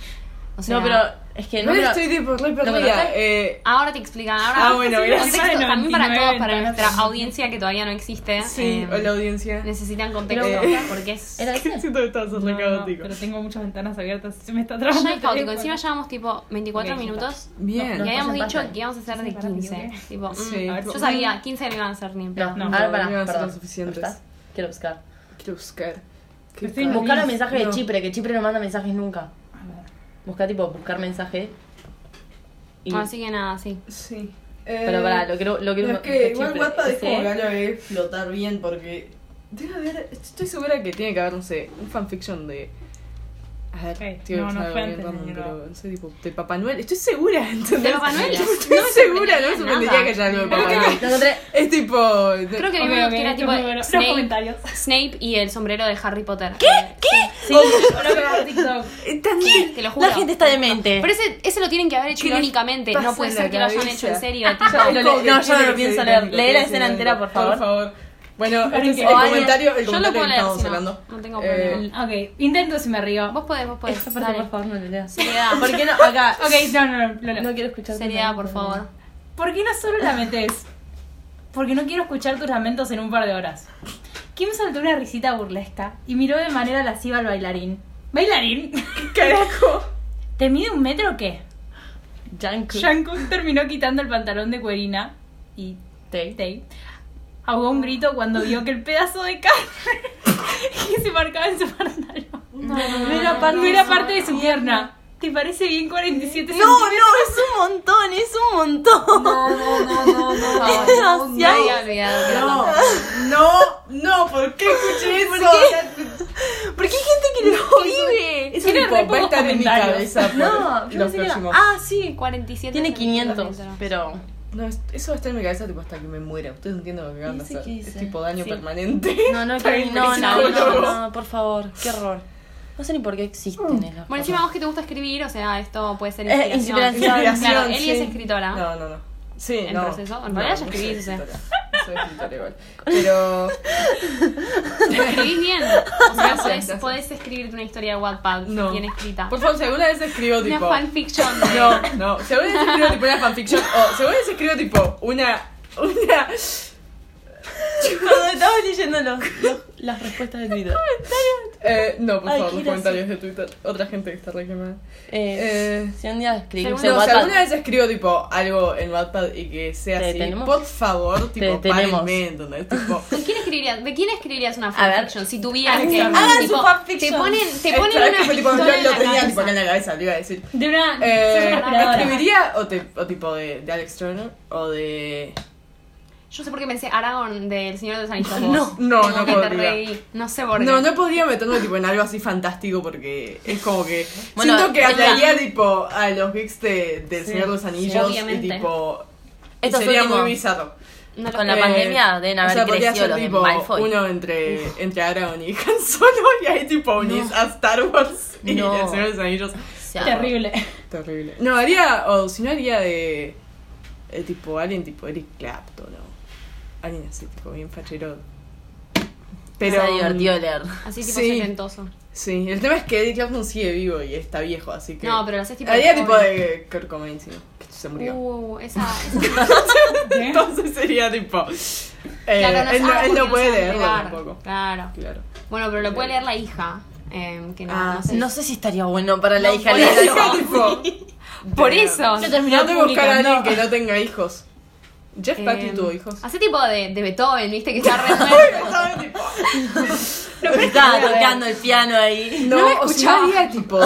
Speaker 1: O sea,
Speaker 2: no, pero Es que
Speaker 3: No,
Speaker 2: no me lo-
Speaker 3: estoy tipo re
Speaker 2: me lo
Speaker 3: perdida.
Speaker 2: traes?
Speaker 3: Eh,
Speaker 1: Ahora te explican. Ahora
Speaker 3: Ah, bueno,
Speaker 1: sí,
Speaker 3: gracias.
Speaker 1: contexto También para
Speaker 4: 99
Speaker 1: todos, para nuestra
Speaker 4: ventanas.
Speaker 1: audiencia que todavía no existe.
Speaker 3: sí,
Speaker 1: eh,
Speaker 3: hola audiencia. [LAUGHS]
Speaker 1: necesitan contexto
Speaker 3: Pero-
Speaker 1: porque es.
Speaker 5: [LAUGHS]
Speaker 2: ¿Era ese?
Speaker 3: Siento que estás re
Speaker 4: No,
Speaker 3: caótico.
Speaker 4: pero tengo muchas ventanas abiertas. Se me está
Speaker 1: Ya
Speaker 4: trabajando.
Speaker 1: es
Speaker 4: [LAUGHS]
Speaker 1: caótico. Encima llevamos tipo 24
Speaker 4: Ok,
Speaker 1: minutos.
Speaker 3: Bien.
Speaker 2: No,
Speaker 1: Y
Speaker 2: no.
Speaker 1: habíamos
Speaker 2: pasen,
Speaker 1: dicho
Speaker 2: pasen.
Speaker 1: que íbamos a hacer de
Speaker 4: Pasen
Speaker 1: 15.
Speaker 4: rápido,
Speaker 1: Tipo, mm,
Speaker 3: Sí.
Speaker 1: yo sabía, 15 no iban a ser ni en pedo.
Speaker 2: No,
Speaker 4: No,
Speaker 2: a ver,
Speaker 3: no
Speaker 2: pará,
Speaker 3: iban a ser
Speaker 2: perdón.
Speaker 3: los suficientes.
Speaker 2: ¿Estás? Quiero buscar.
Speaker 3: Quiero buscar.
Speaker 4: Estoy
Speaker 3: padre.
Speaker 4: en
Speaker 2: Buscar los
Speaker 4: Luis,
Speaker 2: mensajes
Speaker 3: no.
Speaker 2: de Chipre, que Chipre no manda mensajes nunca.
Speaker 4: A ver.
Speaker 2: Busca tipo, buscar mensaje. Y...
Speaker 1: Así que nada, Ah, sí.
Speaker 3: Sí. Eh,
Speaker 2: Pero pará, lo quiero... Lo quiero
Speaker 5: Es que igual
Speaker 2: Chipre,
Speaker 5: Wattpad es
Speaker 2: ese-
Speaker 5: como ganó de flotar bien porque
Speaker 3: Debe haber, estoy segura que tiene que haber, no sé, un fanfiction de. A ver,
Speaker 4: Ok,
Speaker 3: tío,
Speaker 4: no, no
Speaker 3: sabe
Speaker 4: fue
Speaker 3: bien
Speaker 4: antes de
Speaker 3: random,
Speaker 4: Año Nuevo.
Speaker 3: pero no sé, tipo, de Papá Noel. Estoy segura, [LAUGHS] ¿entendés?
Speaker 1: ¿De Papá Noel?
Speaker 3: Estoy
Speaker 1: No me
Speaker 3: segura, no
Speaker 1: sorprendería
Speaker 3: me sorprendería
Speaker 1: nada.
Speaker 3: que haya algo de
Speaker 2: Lo
Speaker 3: Papá Noel.
Speaker 2: encontré.
Speaker 3: Es tipo.
Speaker 1: Creo que
Speaker 4: Ok,
Speaker 1: vimos
Speaker 4: ok,
Speaker 1: que era
Speaker 4: esto
Speaker 1: tipo
Speaker 4: es muy bueno. Los
Speaker 1: Snape,
Speaker 4: comentarios.
Speaker 1: Snape y el sombrero de Harry Potter. ¿Qué?
Speaker 2: Sí,
Speaker 4: Lo veo por TikTok.
Speaker 1: Te lo juro.
Speaker 2: la gente está demente.
Speaker 1: Pero ese, ese lo tienen que haber hecho
Speaker 3: ¿Qué les
Speaker 1: irónicamente.
Speaker 3: pasa
Speaker 1: No puede
Speaker 3: en
Speaker 1: ser
Speaker 3: la
Speaker 1: que lo hayan
Speaker 3: cabeza?
Speaker 1: hecho en serio. tipo.
Speaker 2: Yo lo le- no, yo no lo pienso leer. Leé la escena entera, por favor.
Speaker 3: Por favor. Bueno, este
Speaker 4: Paren
Speaker 3: es
Speaker 4: que-
Speaker 3: el
Speaker 2: o alguien-
Speaker 3: comentario, el
Speaker 1: Yo lo
Speaker 3: comentario
Speaker 1: puedo
Speaker 3: que
Speaker 1: leer,
Speaker 3: estábamos
Speaker 1: si no,
Speaker 3: hablando.
Speaker 1: no tengo
Speaker 3: Eh,
Speaker 1: problema.
Speaker 4: Ok, intento si me río.
Speaker 1: Vos podés, vos podés.
Speaker 2: Esta parte,
Speaker 1: pues, Dale.
Speaker 2: por favor, no lo leas.
Speaker 1: Seriedad.
Speaker 2: ¿Por qué no? Acá.
Speaker 4: Ok, no, no, no. lo leo.
Speaker 2: No quiero escuchar.
Speaker 1: Seriedad, por favor.
Speaker 4: ¿Por qué no solo la metes? Porque no quiero escuchar tus lamentos en un par de horas. Kim soltó una risita burlesca y miró de manera lasciva al bailarín. [LAUGHS] ¿Bailarín?
Speaker 3: Carajo.
Speaker 4: ¿Te mide un metro o qué?
Speaker 2: Janku.
Speaker 4: Jungkook terminó quitando el pantalón de cuerina y Tay ahogó un grito cuando vio que el pedazo de carne [LAUGHS] que se marcaba en su pantalón
Speaker 1: No,
Speaker 4: no era, par- no era parte de su pierna. ¿Te parece bien 47 centímetros?
Speaker 2: es un montón, es un montón.
Speaker 5: no, no, no, no, no,
Speaker 1: No,
Speaker 5: no,
Speaker 1: no había olvidado. que
Speaker 2: [LAUGHS]
Speaker 1: era tan-
Speaker 3: No, no, ¿por qué escuché eso? O sea,
Speaker 2: ¿Por qué hay gente
Speaker 3: [LAUGHS]
Speaker 2: que lo vive?
Speaker 3: Eso tipo, va a estar en mi
Speaker 4: comentarios.
Speaker 3: cabeza. por
Speaker 2: [LAUGHS] No, yo
Speaker 3: los
Speaker 2: pensé que era.
Speaker 3: próximos-
Speaker 2: Ah, sí.
Speaker 1: 47
Speaker 2: Tiene
Speaker 1: centímetros.
Speaker 2: 500, pero.
Speaker 3: No, es- eso va a estar en mi cabeza tipo, hasta que me muera. Ustedes entienden lo que van a
Speaker 2: ¿Y ese
Speaker 3: hacer.
Speaker 2: qué
Speaker 3: Es
Speaker 2: dice?
Speaker 3: tipo daño
Speaker 2: Sí.
Speaker 3: permanente.
Speaker 2: [LAUGHS] No, no,
Speaker 3: Está
Speaker 2: que- no, no,
Speaker 3: psicólogo.
Speaker 2: no, no, por favor, qué horror. No sé ni por qué existen
Speaker 1: Bueno,
Speaker 2: esas cosas. [LAUGHS]
Speaker 1: encima vos que te gusta escribir, o sea, esto puede ser
Speaker 2: Eh,
Speaker 1: inspiración.
Speaker 2: inspiración,
Speaker 1: Claro,
Speaker 3: inspiración,
Speaker 1: Eli
Speaker 3: sí.
Speaker 1: es escritora.
Speaker 3: No, no, no. Sí,
Speaker 1: ¿En
Speaker 3: no.
Speaker 1: proceso? En
Speaker 3: No,
Speaker 1: realidad ya
Speaker 3: no
Speaker 1: escribís,
Speaker 3: soy
Speaker 1: o sea.
Speaker 3: escritora. No soy escritora
Speaker 2: [LAUGHS]
Speaker 3: igual. Pero.
Speaker 1: Escribís bien. O sea,
Speaker 3: Gracias,
Speaker 1: podés,
Speaker 3: gracias.
Speaker 1: podés escribirte una historia de Wattpad
Speaker 3: No.
Speaker 1: bien escrita.
Speaker 3: Por favor, si alguna vez escribo
Speaker 1: Una
Speaker 3: tipo.
Speaker 1: fanfiction. de-
Speaker 3: [LAUGHS] No, no. Si alguna vez escribo tipo una fanfiction. O si alguna vez escribo tipo una. Una.
Speaker 2: Cuando estaba leyendo los- los- las respuestas de Twitter.
Speaker 3: Eh, no, por
Speaker 2: Ay,
Speaker 3: favor,
Speaker 2: qué
Speaker 3: los comentarios de Twitter. Otra gente que está re quemada.
Speaker 2: Eh,
Speaker 3: Eh.
Speaker 2: si un día escribís
Speaker 1: Según-
Speaker 2: en
Speaker 3: No, si
Speaker 2: WhatsApp,
Speaker 3: alguna vez escribo tipo algo en Wattpad y que sea
Speaker 2: Te
Speaker 3: así,
Speaker 2: detenemos.
Speaker 3: por favor, tipo,
Speaker 2: Te detenemos.
Speaker 3: párenme, ¿entendés? Tipo,
Speaker 1: ¿Con quién escribirías, ¿De quién escribirías una
Speaker 2: ver.
Speaker 1: fanfiction? Si tuvieras que.
Speaker 2: Hagan
Speaker 1: tipo,
Speaker 2: su fanfiction.
Speaker 1: Te ponen, te ponen
Speaker 3: Esta vez
Speaker 1: una
Speaker 3: que fue, tipo,
Speaker 1: pistola
Speaker 3: yo lo
Speaker 1: en la
Speaker 3: tenía tipo acá
Speaker 1: cabeza.
Speaker 3: en la cabeza, lo iba a decir.
Speaker 4: De una... Ah, sos
Speaker 3: Eh,
Speaker 4: una
Speaker 1: inspiradora.
Speaker 3: escribiría o, te- o tipo de, de Alex Turner o de...
Speaker 1: Yo sé por qué pensé Aragorn del Señor de los Anillos.
Speaker 3: No, no,
Speaker 1: Como
Speaker 3: no
Speaker 1: que te
Speaker 3: podría.
Speaker 1: reí. No sé por qué.
Speaker 3: No, no podía meterme tipo en algo así fantástico porque es como que
Speaker 2: Bueno,
Speaker 3: siento que
Speaker 2: es la-
Speaker 3: ataría tipo a los geeks de, del Señor de los Anillos y
Speaker 1: obviamente.
Speaker 3: tipo y
Speaker 2: Estos
Speaker 3: sería
Speaker 2: últimos.
Speaker 3: muy bizarro.
Speaker 1: No lo-
Speaker 2: Con la pandemia deben haber
Speaker 3: o sea, podría
Speaker 2: crecido
Speaker 3: ser,
Speaker 2: los de
Speaker 3: tipo,
Speaker 2: Malfoy.
Speaker 3: Uno entre, entre Aragorn y Han Solo y ahí tipo unís a Star Wars y
Speaker 2: No.
Speaker 3: el Señor de los Anillos.
Speaker 2: o sea,
Speaker 4: Terrible.
Speaker 3: Terrible. No, haría, o si no haría de eh, tipo alguien tipo Eric Clapton o alguien así, tipo bien fachero. Pero
Speaker 2: sea divertido leer.
Speaker 1: Así tipo
Speaker 3: Sí.
Speaker 1: setentoso.
Speaker 3: Sí, el tema es que Eric Clapton sigue vivo y está viejo, así que
Speaker 1: No, pero lo haces tipo.
Speaker 3: haría
Speaker 1: joven.
Speaker 3: tipo de Kurt Cobain, sí, que se murió.
Speaker 1: Uh, esa. esa-
Speaker 3: [LAUGHS] Entonces sería tipo eh,
Speaker 1: Claro, no,
Speaker 3: él, no,
Speaker 1: ah,
Speaker 3: él no
Speaker 1: porque
Speaker 3: puede
Speaker 1: se van a
Speaker 3: leerlo
Speaker 1: pegar.
Speaker 3: tampoco.
Speaker 1: Claro.
Speaker 3: Claro.
Speaker 1: Bueno, pero lo puede leer la hija. eh, que no,
Speaker 3: Ah,
Speaker 1: no sé.
Speaker 2: No sé si estaría bueno para la
Speaker 1: No,
Speaker 2: hija
Speaker 1: por
Speaker 2: leer
Speaker 1: [LAUGHS] eso.
Speaker 2: algo.
Speaker 3: [LAUGHS]
Speaker 1: Por eso.
Speaker 4: Yo terminé
Speaker 3: No te buscar a alguien
Speaker 4: publicando.
Speaker 3: eh, que no tenga hijos. Jeff Patty
Speaker 1: Eh,
Speaker 3: tuvo hijos. [LAUGHS]
Speaker 1: Hace tipo de, de Beethoven, viste, que está re muerto.
Speaker 2: Estaba tocando el piano ahí.
Speaker 1: no me
Speaker 3: o si
Speaker 1: escuchaba.
Speaker 3: [LAUGHS]
Speaker 1: [LAUGHS]
Speaker 3: haría tipo.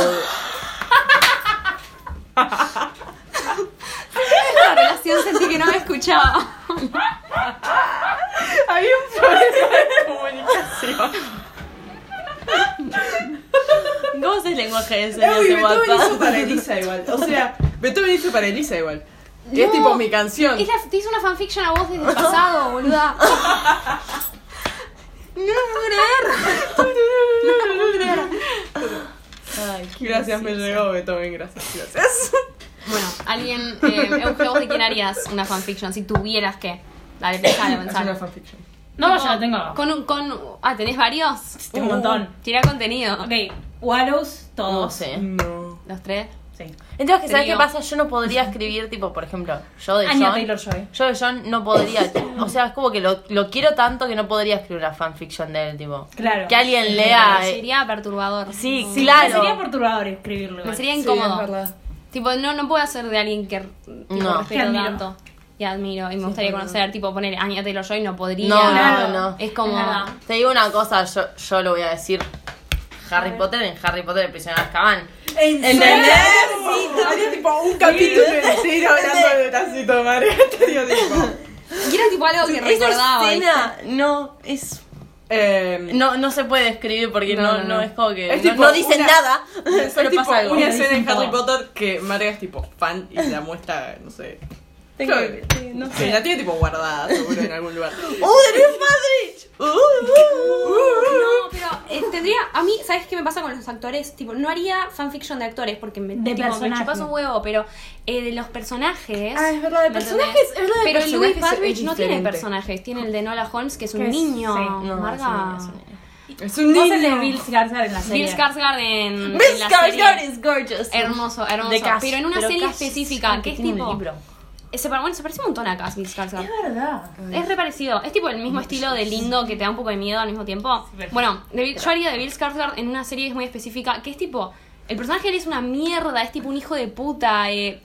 Speaker 1: La relación sentí que no me escuchaba.
Speaker 3: Había un problema de [LAUGHS] comunicación.
Speaker 2: [LAUGHS] ¿Cómo es el lenguaje ese?
Speaker 3: Uy,
Speaker 2: de
Speaker 3: Beethoven hizo
Speaker 1: [LAUGHS]
Speaker 2: WhatsApp?
Speaker 3: para Elisa igual. O sea, Beethoven hizo para Elisa igual. Que [LAUGHS] es tipo mi canción.
Speaker 1: Es la- te hizo una fanfiction a vos desde el
Speaker 3: [LAUGHS]
Speaker 1: pasado, boluda. No lo
Speaker 3: [LAUGHS]
Speaker 1: puedo creer. No lo puedo creer.
Speaker 2: Ay, qué
Speaker 3: Gracias, me
Speaker 2: gracioso.
Speaker 3: llegó Beethoven, gracias, gracias.
Speaker 1: Bueno, alguien, eh, Euge, ¿vos de quién harías una fanfiction si tuvieras que. Dale,
Speaker 3: [COUGHS]
Speaker 1: pensalo,
Speaker 3: Es una
Speaker 1: pensalo.
Speaker 3: fanfiction.
Speaker 4: No, yo la tengo.
Speaker 1: Con un, con, ah, ¿tenés varios?
Speaker 4: Tengo un montón.
Speaker 1: Tira contenido.
Speaker 4: Ok, Wallows,
Speaker 2: No
Speaker 4: todos.
Speaker 2: sé.
Speaker 3: No.
Speaker 1: Los tres.
Speaker 4: Sí.
Speaker 2: Entonces, que ¿sabes
Speaker 1: Trío.
Speaker 2: qué pasa? Yo no podría escribir, tipo, por ejemplo, yo de
Speaker 4: Anya
Speaker 2: John.
Speaker 4: Taylor-Joy.
Speaker 2: Yo de John no podría. O sea, es como que lo, lo quiero tanto que no podría escribir una fanfiction de él, tipo.
Speaker 4: Claro.
Speaker 2: Que alguien lea. eh,
Speaker 1: Sería perturbador.
Speaker 2: Sí,
Speaker 1: Como-
Speaker 4: Sí,
Speaker 2: claro.
Speaker 4: Me sería perturbador escribirlo.
Speaker 1: Me
Speaker 4: igual.
Speaker 1: sería
Speaker 3: Sí,
Speaker 1: incómodo.
Speaker 3: es verdad.
Speaker 1: Tipo, no, no puedo hacer de alguien que tipo,
Speaker 2: No.
Speaker 4: Que
Speaker 1: respeto
Speaker 4: admiro.
Speaker 1: tanto y admiro. Y me gustaría conocer, tipo, poner Anya Taylor Joy no podría.
Speaker 2: No, Claro. no, no.
Speaker 1: Es como.
Speaker 4: Es verdad.
Speaker 2: Te digo una cosa, yo, yo lo voy a decir. Harry Potter en Harry Potter el prisionero de Azkaban.
Speaker 5: ¿En
Speaker 3: Había tipo un capítulo entero hablando de tacito madre. [LAUGHS] Te digo, tipo.
Speaker 1: Y era tipo algo que recordaba.
Speaker 2: Esa
Speaker 1: ¿viste?
Speaker 2: escena no es
Speaker 3: em,
Speaker 2: no, no se puede escribir porque
Speaker 3: No,
Speaker 2: no, no,
Speaker 3: no,
Speaker 2: es como que
Speaker 3: Es
Speaker 2: no,
Speaker 3: tipo
Speaker 2: no dicen
Speaker 3: una- [LAUGHS]
Speaker 2: nada,
Speaker 3: Es
Speaker 2: pero
Speaker 3: tipo
Speaker 2: pasa algo. Mm,
Speaker 3: una
Speaker 4: Lo
Speaker 3: escena
Speaker 4: dicen
Speaker 3: en Harry
Speaker 4: todo.
Speaker 3: Potter que Marga es tipo fan y la muestra, no sé.
Speaker 2: Tengo-
Speaker 3: Creo-
Speaker 2: sí, no
Speaker 3: Sí,
Speaker 2: sé.
Speaker 3: la tiene tipo guardada, seguro, en algún [LAUGHS] lugar.
Speaker 2: ¡Oh, Daniel Padrich! ¡Uh, uh,
Speaker 3: [LAUGHS]
Speaker 2: uh!
Speaker 1: No, pero eh, tendría. A mí, ¿sabes qué me pasa con los actores? Tipo, no haría fanfiction de actores porque me,
Speaker 4: De
Speaker 1: tipo, me
Speaker 4: personajes.
Speaker 1: chupas un huevo, pero eh, de los personajes.
Speaker 3: Ah, es verdad, de
Speaker 1: ¿me
Speaker 3: personajes,
Speaker 1: entendés?
Speaker 3: es verdad, de
Speaker 1: Pero
Speaker 3: personajes
Speaker 1: Louis Padrich
Speaker 3: es
Speaker 1: no tiene
Speaker 3: diferente.
Speaker 1: personajes, tiene el de Nola Holmes, que es un
Speaker 4: Que es-
Speaker 1: niño.
Speaker 4: sí,
Speaker 2: No,
Speaker 1: Marga.
Speaker 2: es un niño, es un niño.
Speaker 3: Es un
Speaker 4: Vos el de
Speaker 3: niño.
Speaker 4: Bill Skarsgård en la serie.
Speaker 1: Bill Skarsgård en.
Speaker 2: Miss
Speaker 1: en la
Speaker 2: Skarsgård
Speaker 1: serie.
Speaker 2: is gorgeous.
Speaker 1: Hermoso, hermoso.
Speaker 2: De Cass,
Speaker 1: pero en una
Speaker 2: pero
Speaker 1: serie
Speaker 2: Cass
Speaker 1: específica, que es
Speaker 2: tiene un
Speaker 1: tipo.
Speaker 2: libro.
Speaker 1: Eh, Se, pare- bueno, se parece un montón a Cass, Bill Skarsgård.
Speaker 4: Es verdad.
Speaker 2: Mm.
Speaker 1: Es reparecido. Es tipo el mismo estilo de lindo que te da un poco de miedo al mismo tiempo.
Speaker 4: pero-
Speaker 1: Bueno, de Bill- yo haría de Bill Skarsgård en una serie que es muy específica, que es tipo... El personaje de él es una mierda, es tipo un hijo de puta, eh,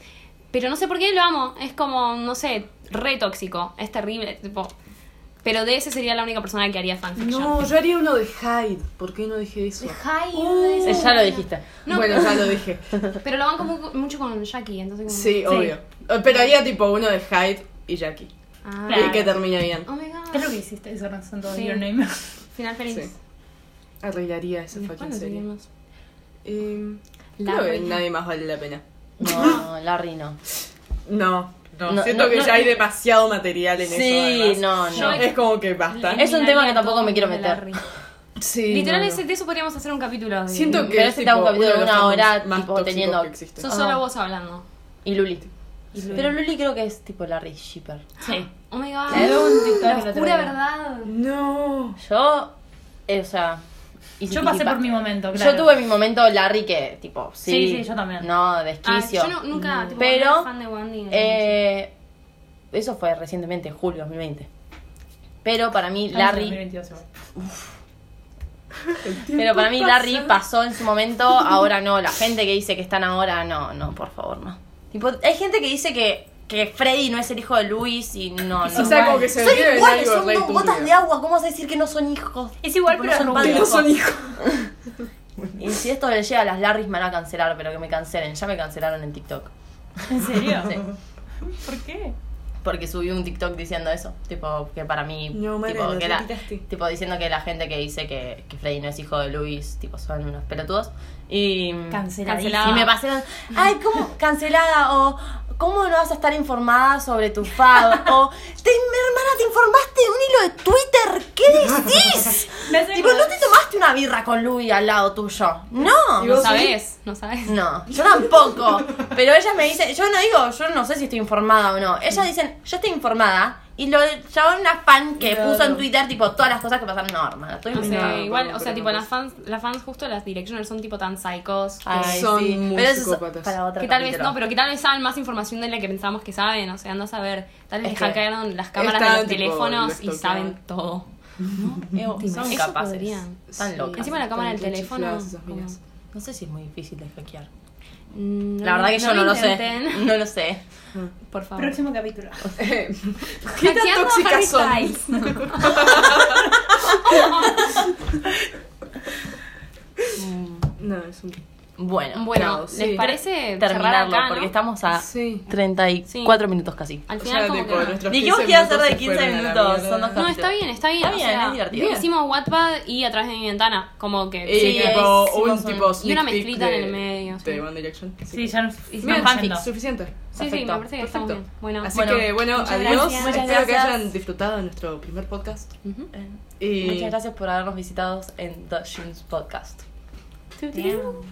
Speaker 1: pero no sé por qué lo amo. Es como, no sé, re tóxico. Es terrible, tipo... Pero de ese sería la única persona que haría fanfiction.
Speaker 3: No, yo haría uno de Hyde. ¿Por qué no dije eso?
Speaker 1: Uh,
Speaker 2: Eh, Ya
Speaker 1: [LAUGHS]
Speaker 2: lo dijiste.
Speaker 1: No,
Speaker 3: bueno, ya lo dije.
Speaker 1: Pero lo banco mu- mucho con Jackie, entonces... como-
Speaker 3: Sí, obvio. Eh, Pero haría tipo uno de Hyde y Jackie.
Speaker 1: Ah.
Speaker 4: Claro.
Speaker 3: Y que termina bien.
Speaker 1: Oh my god.
Speaker 4: ¿Qué es lo que hiciste? Eso no son todos
Speaker 1: Sí.
Speaker 4: your name.
Speaker 1: Final feliz.
Speaker 3: Sí.
Speaker 2: Ah,
Speaker 3: Arreglaría esa fucking
Speaker 1: ¿Cuándo
Speaker 3: serie.
Speaker 1: seguimos?
Speaker 3: Em,
Speaker 1: La
Speaker 3: creo que
Speaker 1: reina.
Speaker 3: nadie más vale la pena.
Speaker 2: No, Larry no.
Speaker 3: No.
Speaker 2: No,
Speaker 3: Siento
Speaker 2: no,
Speaker 3: que
Speaker 2: no,
Speaker 3: ya hay
Speaker 2: no.
Speaker 3: demasiado material en
Speaker 2: Sí,
Speaker 3: eso.
Speaker 2: no,
Speaker 1: Yo-
Speaker 2: no.
Speaker 3: Es como que basta.
Speaker 2: Es un tema que
Speaker 1: Eliminaría
Speaker 2: tampoco
Speaker 1: todo
Speaker 2: me quiero
Speaker 1: de
Speaker 2: meter.
Speaker 1: Larry.
Speaker 3: Sí,
Speaker 1: Literal,
Speaker 3: no, no.
Speaker 1: ese- de eso podríamos hacer un capítulo. De...
Speaker 3: Siento que
Speaker 2: Pero
Speaker 3: es
Speaker 2: este está un
Speaker 3: tipo
Speaker 2: capítulo
Speaker 3: uno los
Speaker 2: de una
Speaker 3: capítulos
Speaker 2: hora,
Speaker 3: más
Speaker 2: tipo,
Speaker 3: tóxicos
Speaker 2: teniendo-
Speaker 3: que existen.
Speaker 1: Sos solo
Speaker 2: Ah.
Speaker 1: vos hablando.
Speaker 2: Y Luli.
Speaker 1: Luli.
Speaker 2: Pero Luli creo que es tipo Larry Shipper.
Speaker 4: Sí.
Speaker 1: Oh my god.
Speaker 4: Te
Speaker 1: [LAUGHS]
Speaker 4: veo un TikTok
Speaker 1: La
Speaker 4: el otro
Speaker 1: oscura
Speaker 4: día.
Speaker 1: verdad.
Speaker 3: No.
Speaker 2: Yo, eh, o sea. y-
Speaker 4: Yo
Speaker 2: y-
Speaker 4: pasé
Speaker 2: y-
Speaker 4: por mi momento, claro.
Speaker 2: Yo tuve mi momento Larry que, tipo, sí.
Speaker 4: Sí, sí, yo también.
Speaker 2: No,
Speaker 1: Ah,
Speaker 2: desquicio.
Speaker 1: yo no-
Speaker 3: Mm.
Speaker 1: nunca tipo,
Speaker 2: Pero,
Speaker 1: era fan de Wandy.
Speaker 2: Eh, eso fue recientemente, en julio 2020. Pero para mí,
Speaker 1: Ah,
Speaker 4: Estamos en
Speaker 2: Larry.
Speaker 4: 2022 igual.
Speaker 2: Pero para mí, Larry pasó en su momento, ahora no. La gente que dice que están ahora, no, no, por favor, no. Tipo, hay gente que dice que, que Freddy no es el hijo de Luis y no, no.
Speaker 3: O sea, como que se
Speaker 2: son
Speaker 3: ríe de
Speaker 2: iguales,
Speaker 3: algo
Speaker 2: son
Speaker 3: re
Speaker 2: dos botas
Speaker 3: turbio.
Speaker 2: de agua. ¿Cómo vas a decir que no son hijos?
Speaker 4: Es igual,
Speaker 2: Tipo,
Speaker 4: pero
Speaker 2: no son
Speaker 4: rubio.
Speaker 2: padres.
Speaker 3: No son hijos.
Speaker 2: Y si esto le llega a las Larrys, me van a cancelar, pero que me cancelen. Ya me cancelaron en TikTok.
Speaker 4: ¿En serio?
Speaker 2: Sí.
Speaker 4: ¿Por qué?
Speaker 2: Porque subí un TikTok diciendo eso. Tipo, que para mí.
Speaker 3: No, Mariana,
Speaker 2: tipo, que
Speaker 3: te
Speaker 2: la-
Speaker 3: tiraste.
Speaker 2: tipo, diciendo que la gente que dice que, que Freddy no es hijo de Luis, tipo, son unos pelotudos. Y.
Speaker 4: Cancelada.
Speaker 1: Cancelada.
Speaker 2: Y me pasaron. Ay, ¿cómo? Cancelada. O. ¿Cómo no vas a estar informada sobre tu fado? O. "Te- mi hermana, te informaste de un hilo de Twitter. ¿Qué decís?
Speaker 4: Me hace
Speaker 2: tipo, no
Speaker 4: acordar-
Speaker 2: te tomaste una birra con Luis al lado tuyo. No.
Speaker 1: No sabes, no sabes.
Speaker 2: [LAUGHS] No, yo tampoco. Pero ellas me dicen, yo no digo, yo no sé si estoy informada o no. Ellas dicen, yo estoy informada. Y lo del chabón, una fan que
Speaker 3: Claro.
Speaker 2: puso en Twitter, tipo, todas las cosas que pasaron, no, hermana, estoy
Speaker 1: No sé,
Speaker 2: informada.
Speaker 1: igual,
Speaker 3: no,
Speaker 1: o sea,
Speaker 3: pero
Speaker 1: tipo,
Speaker 3: no
Speaker 1: las fans, las fans justo las directioners son tipo tan psychos. que-
Speaker 2: Ay,
Speaker 3: Son
Speaker 2: sí.
Speaker 3: muy
Speaker 2: Pero eso es
Speaker 3: psicópatas.
Speaker 2: para otro
Speaker 1: que tal vez,
Speaker 2: capítulo.
Speaker 1: no, pero que tal vez saben más información de la que pensamos que saben, o sea, anda a saber. Tal vez
Speaker 2: Es
Speaker 1: les
Speaker 2: que
Speaker 1: hackearon las cámaras de
Speaker 3: están,
Speaker 1: los
Speaker 3: tipo,
Speaker 1: teléfonos y
Speaker 3: investoqueados.
Speaker 1: saben todo.
Speaker 2: Ew,
Speaker 1: ¿Te
Speaker 2: son
Speaker 1: imaginas?
Speaker 2: capaces.
Speaker 1: Podrían.
Speaker 2: Tan locas.
Speaker 1: Encima la cámara del
Speaker 3: Están
Speaker 1: teléfono.
Speaker 3: rechifladas esas
Speaker 1: como-
Speaker 3: minas.
Speaker 2: No sé si es muy difícil de hackear.
Speaker 1: Mm, no
Speaker 2: la verdad que yo no lo sé.
Speaker 1: intenten. [LAUGHS]
Speaker 2: [LAUGHS] No lo sé.
Speaker 1: Por favor.
Speaker 4: Próximo capítulo.
Speaker 3: Eh, ¿Qué tan
Speaker 1: Hackeando a Harry
Speaker 3: tóxicas son?
Speaker 2: [LAUGHS]
Speaker 1: Styles.
Speaker 3: No, es un.
Speaker 2: Bueno,
Speaker 1: Mm, Bueno,
Speaker 3: No,
Speaker 1: ¿les
Speaker 3: sí.
Speaker 1: parece cerrar
Speaker 2: terminarlo
Speaker 1: acá,
Speaker 2: porque
Speaker 1: no?
Speaker 2: estamos a
Speaker 3: Sí.
Speaker 2: 34 minutos casi.
Speaker 1: Al
Speaker 3: Ah. O
Speaker 1: final
Speaker 3: sea,
Speaker 1: como
Speaker 3: tipo,
Speaker 1: que no.
Speaker 3: nuestros
Speaker 2: Dijimos
Speaker 3: 15
Speaker 2: que iba a ser de
Speaker 3: minutos se
Speaker 2: 15
Speaker 3: fueron a la
Speaker 2: minutos,
Speaker 3: mierda.
Speaker 2: son dos
Speaker 1: No, está bien, está bien.
Speaker 2: Está bien,
Speaker 1: o sea,
Speaker 2: es divertido.
Speaker 1: Hicimos Wattpad y a través de mi ventana, como que...
Speaker 3: Y
Speaker 2: Sí,
Speaker 3: tipo,
Speaker 2: es-
Speaker 3: un
Speaker 2: sí,
Speaker 3: tipo
Speaker 2: son-
Speaker 1: y una
Speaker 3: sneak peek
Speaker 1: mezclita
Speaker 3: de-
Speaker 1: en el medio, sí.
Speaker 3: De One Direction. Así
Speaker 4: Sí,
Speaker 3: que-
Speaker 4: ya nos
Speaker 1: Bien,
Speaker 4: estamos yendo.
Speaker 3: Suficiente.
Speaker 1: Sí, sí, me
Speaker 2: Perfecto,
Speaker 1: parece que estamos bien. Bueno,
Speaker 3: Así
Speaker 2: Bueno,
Speaker 3: que bueno,
Speaker 1: muchas
Speaker 3: adiós.
Speaker 1: gracias.
Speaker 2: Muchas
Speaker 3: Espero que
Speaker 2: gracias.
Speaker 3: hayan disfrutado nuestro primer podcast.
Speaker 1: ujú.
Speaker 3: Y
Speaker 2: Muchas gracias por habernos visitado en The Shins Podcast.
Speaker 1: Tutu.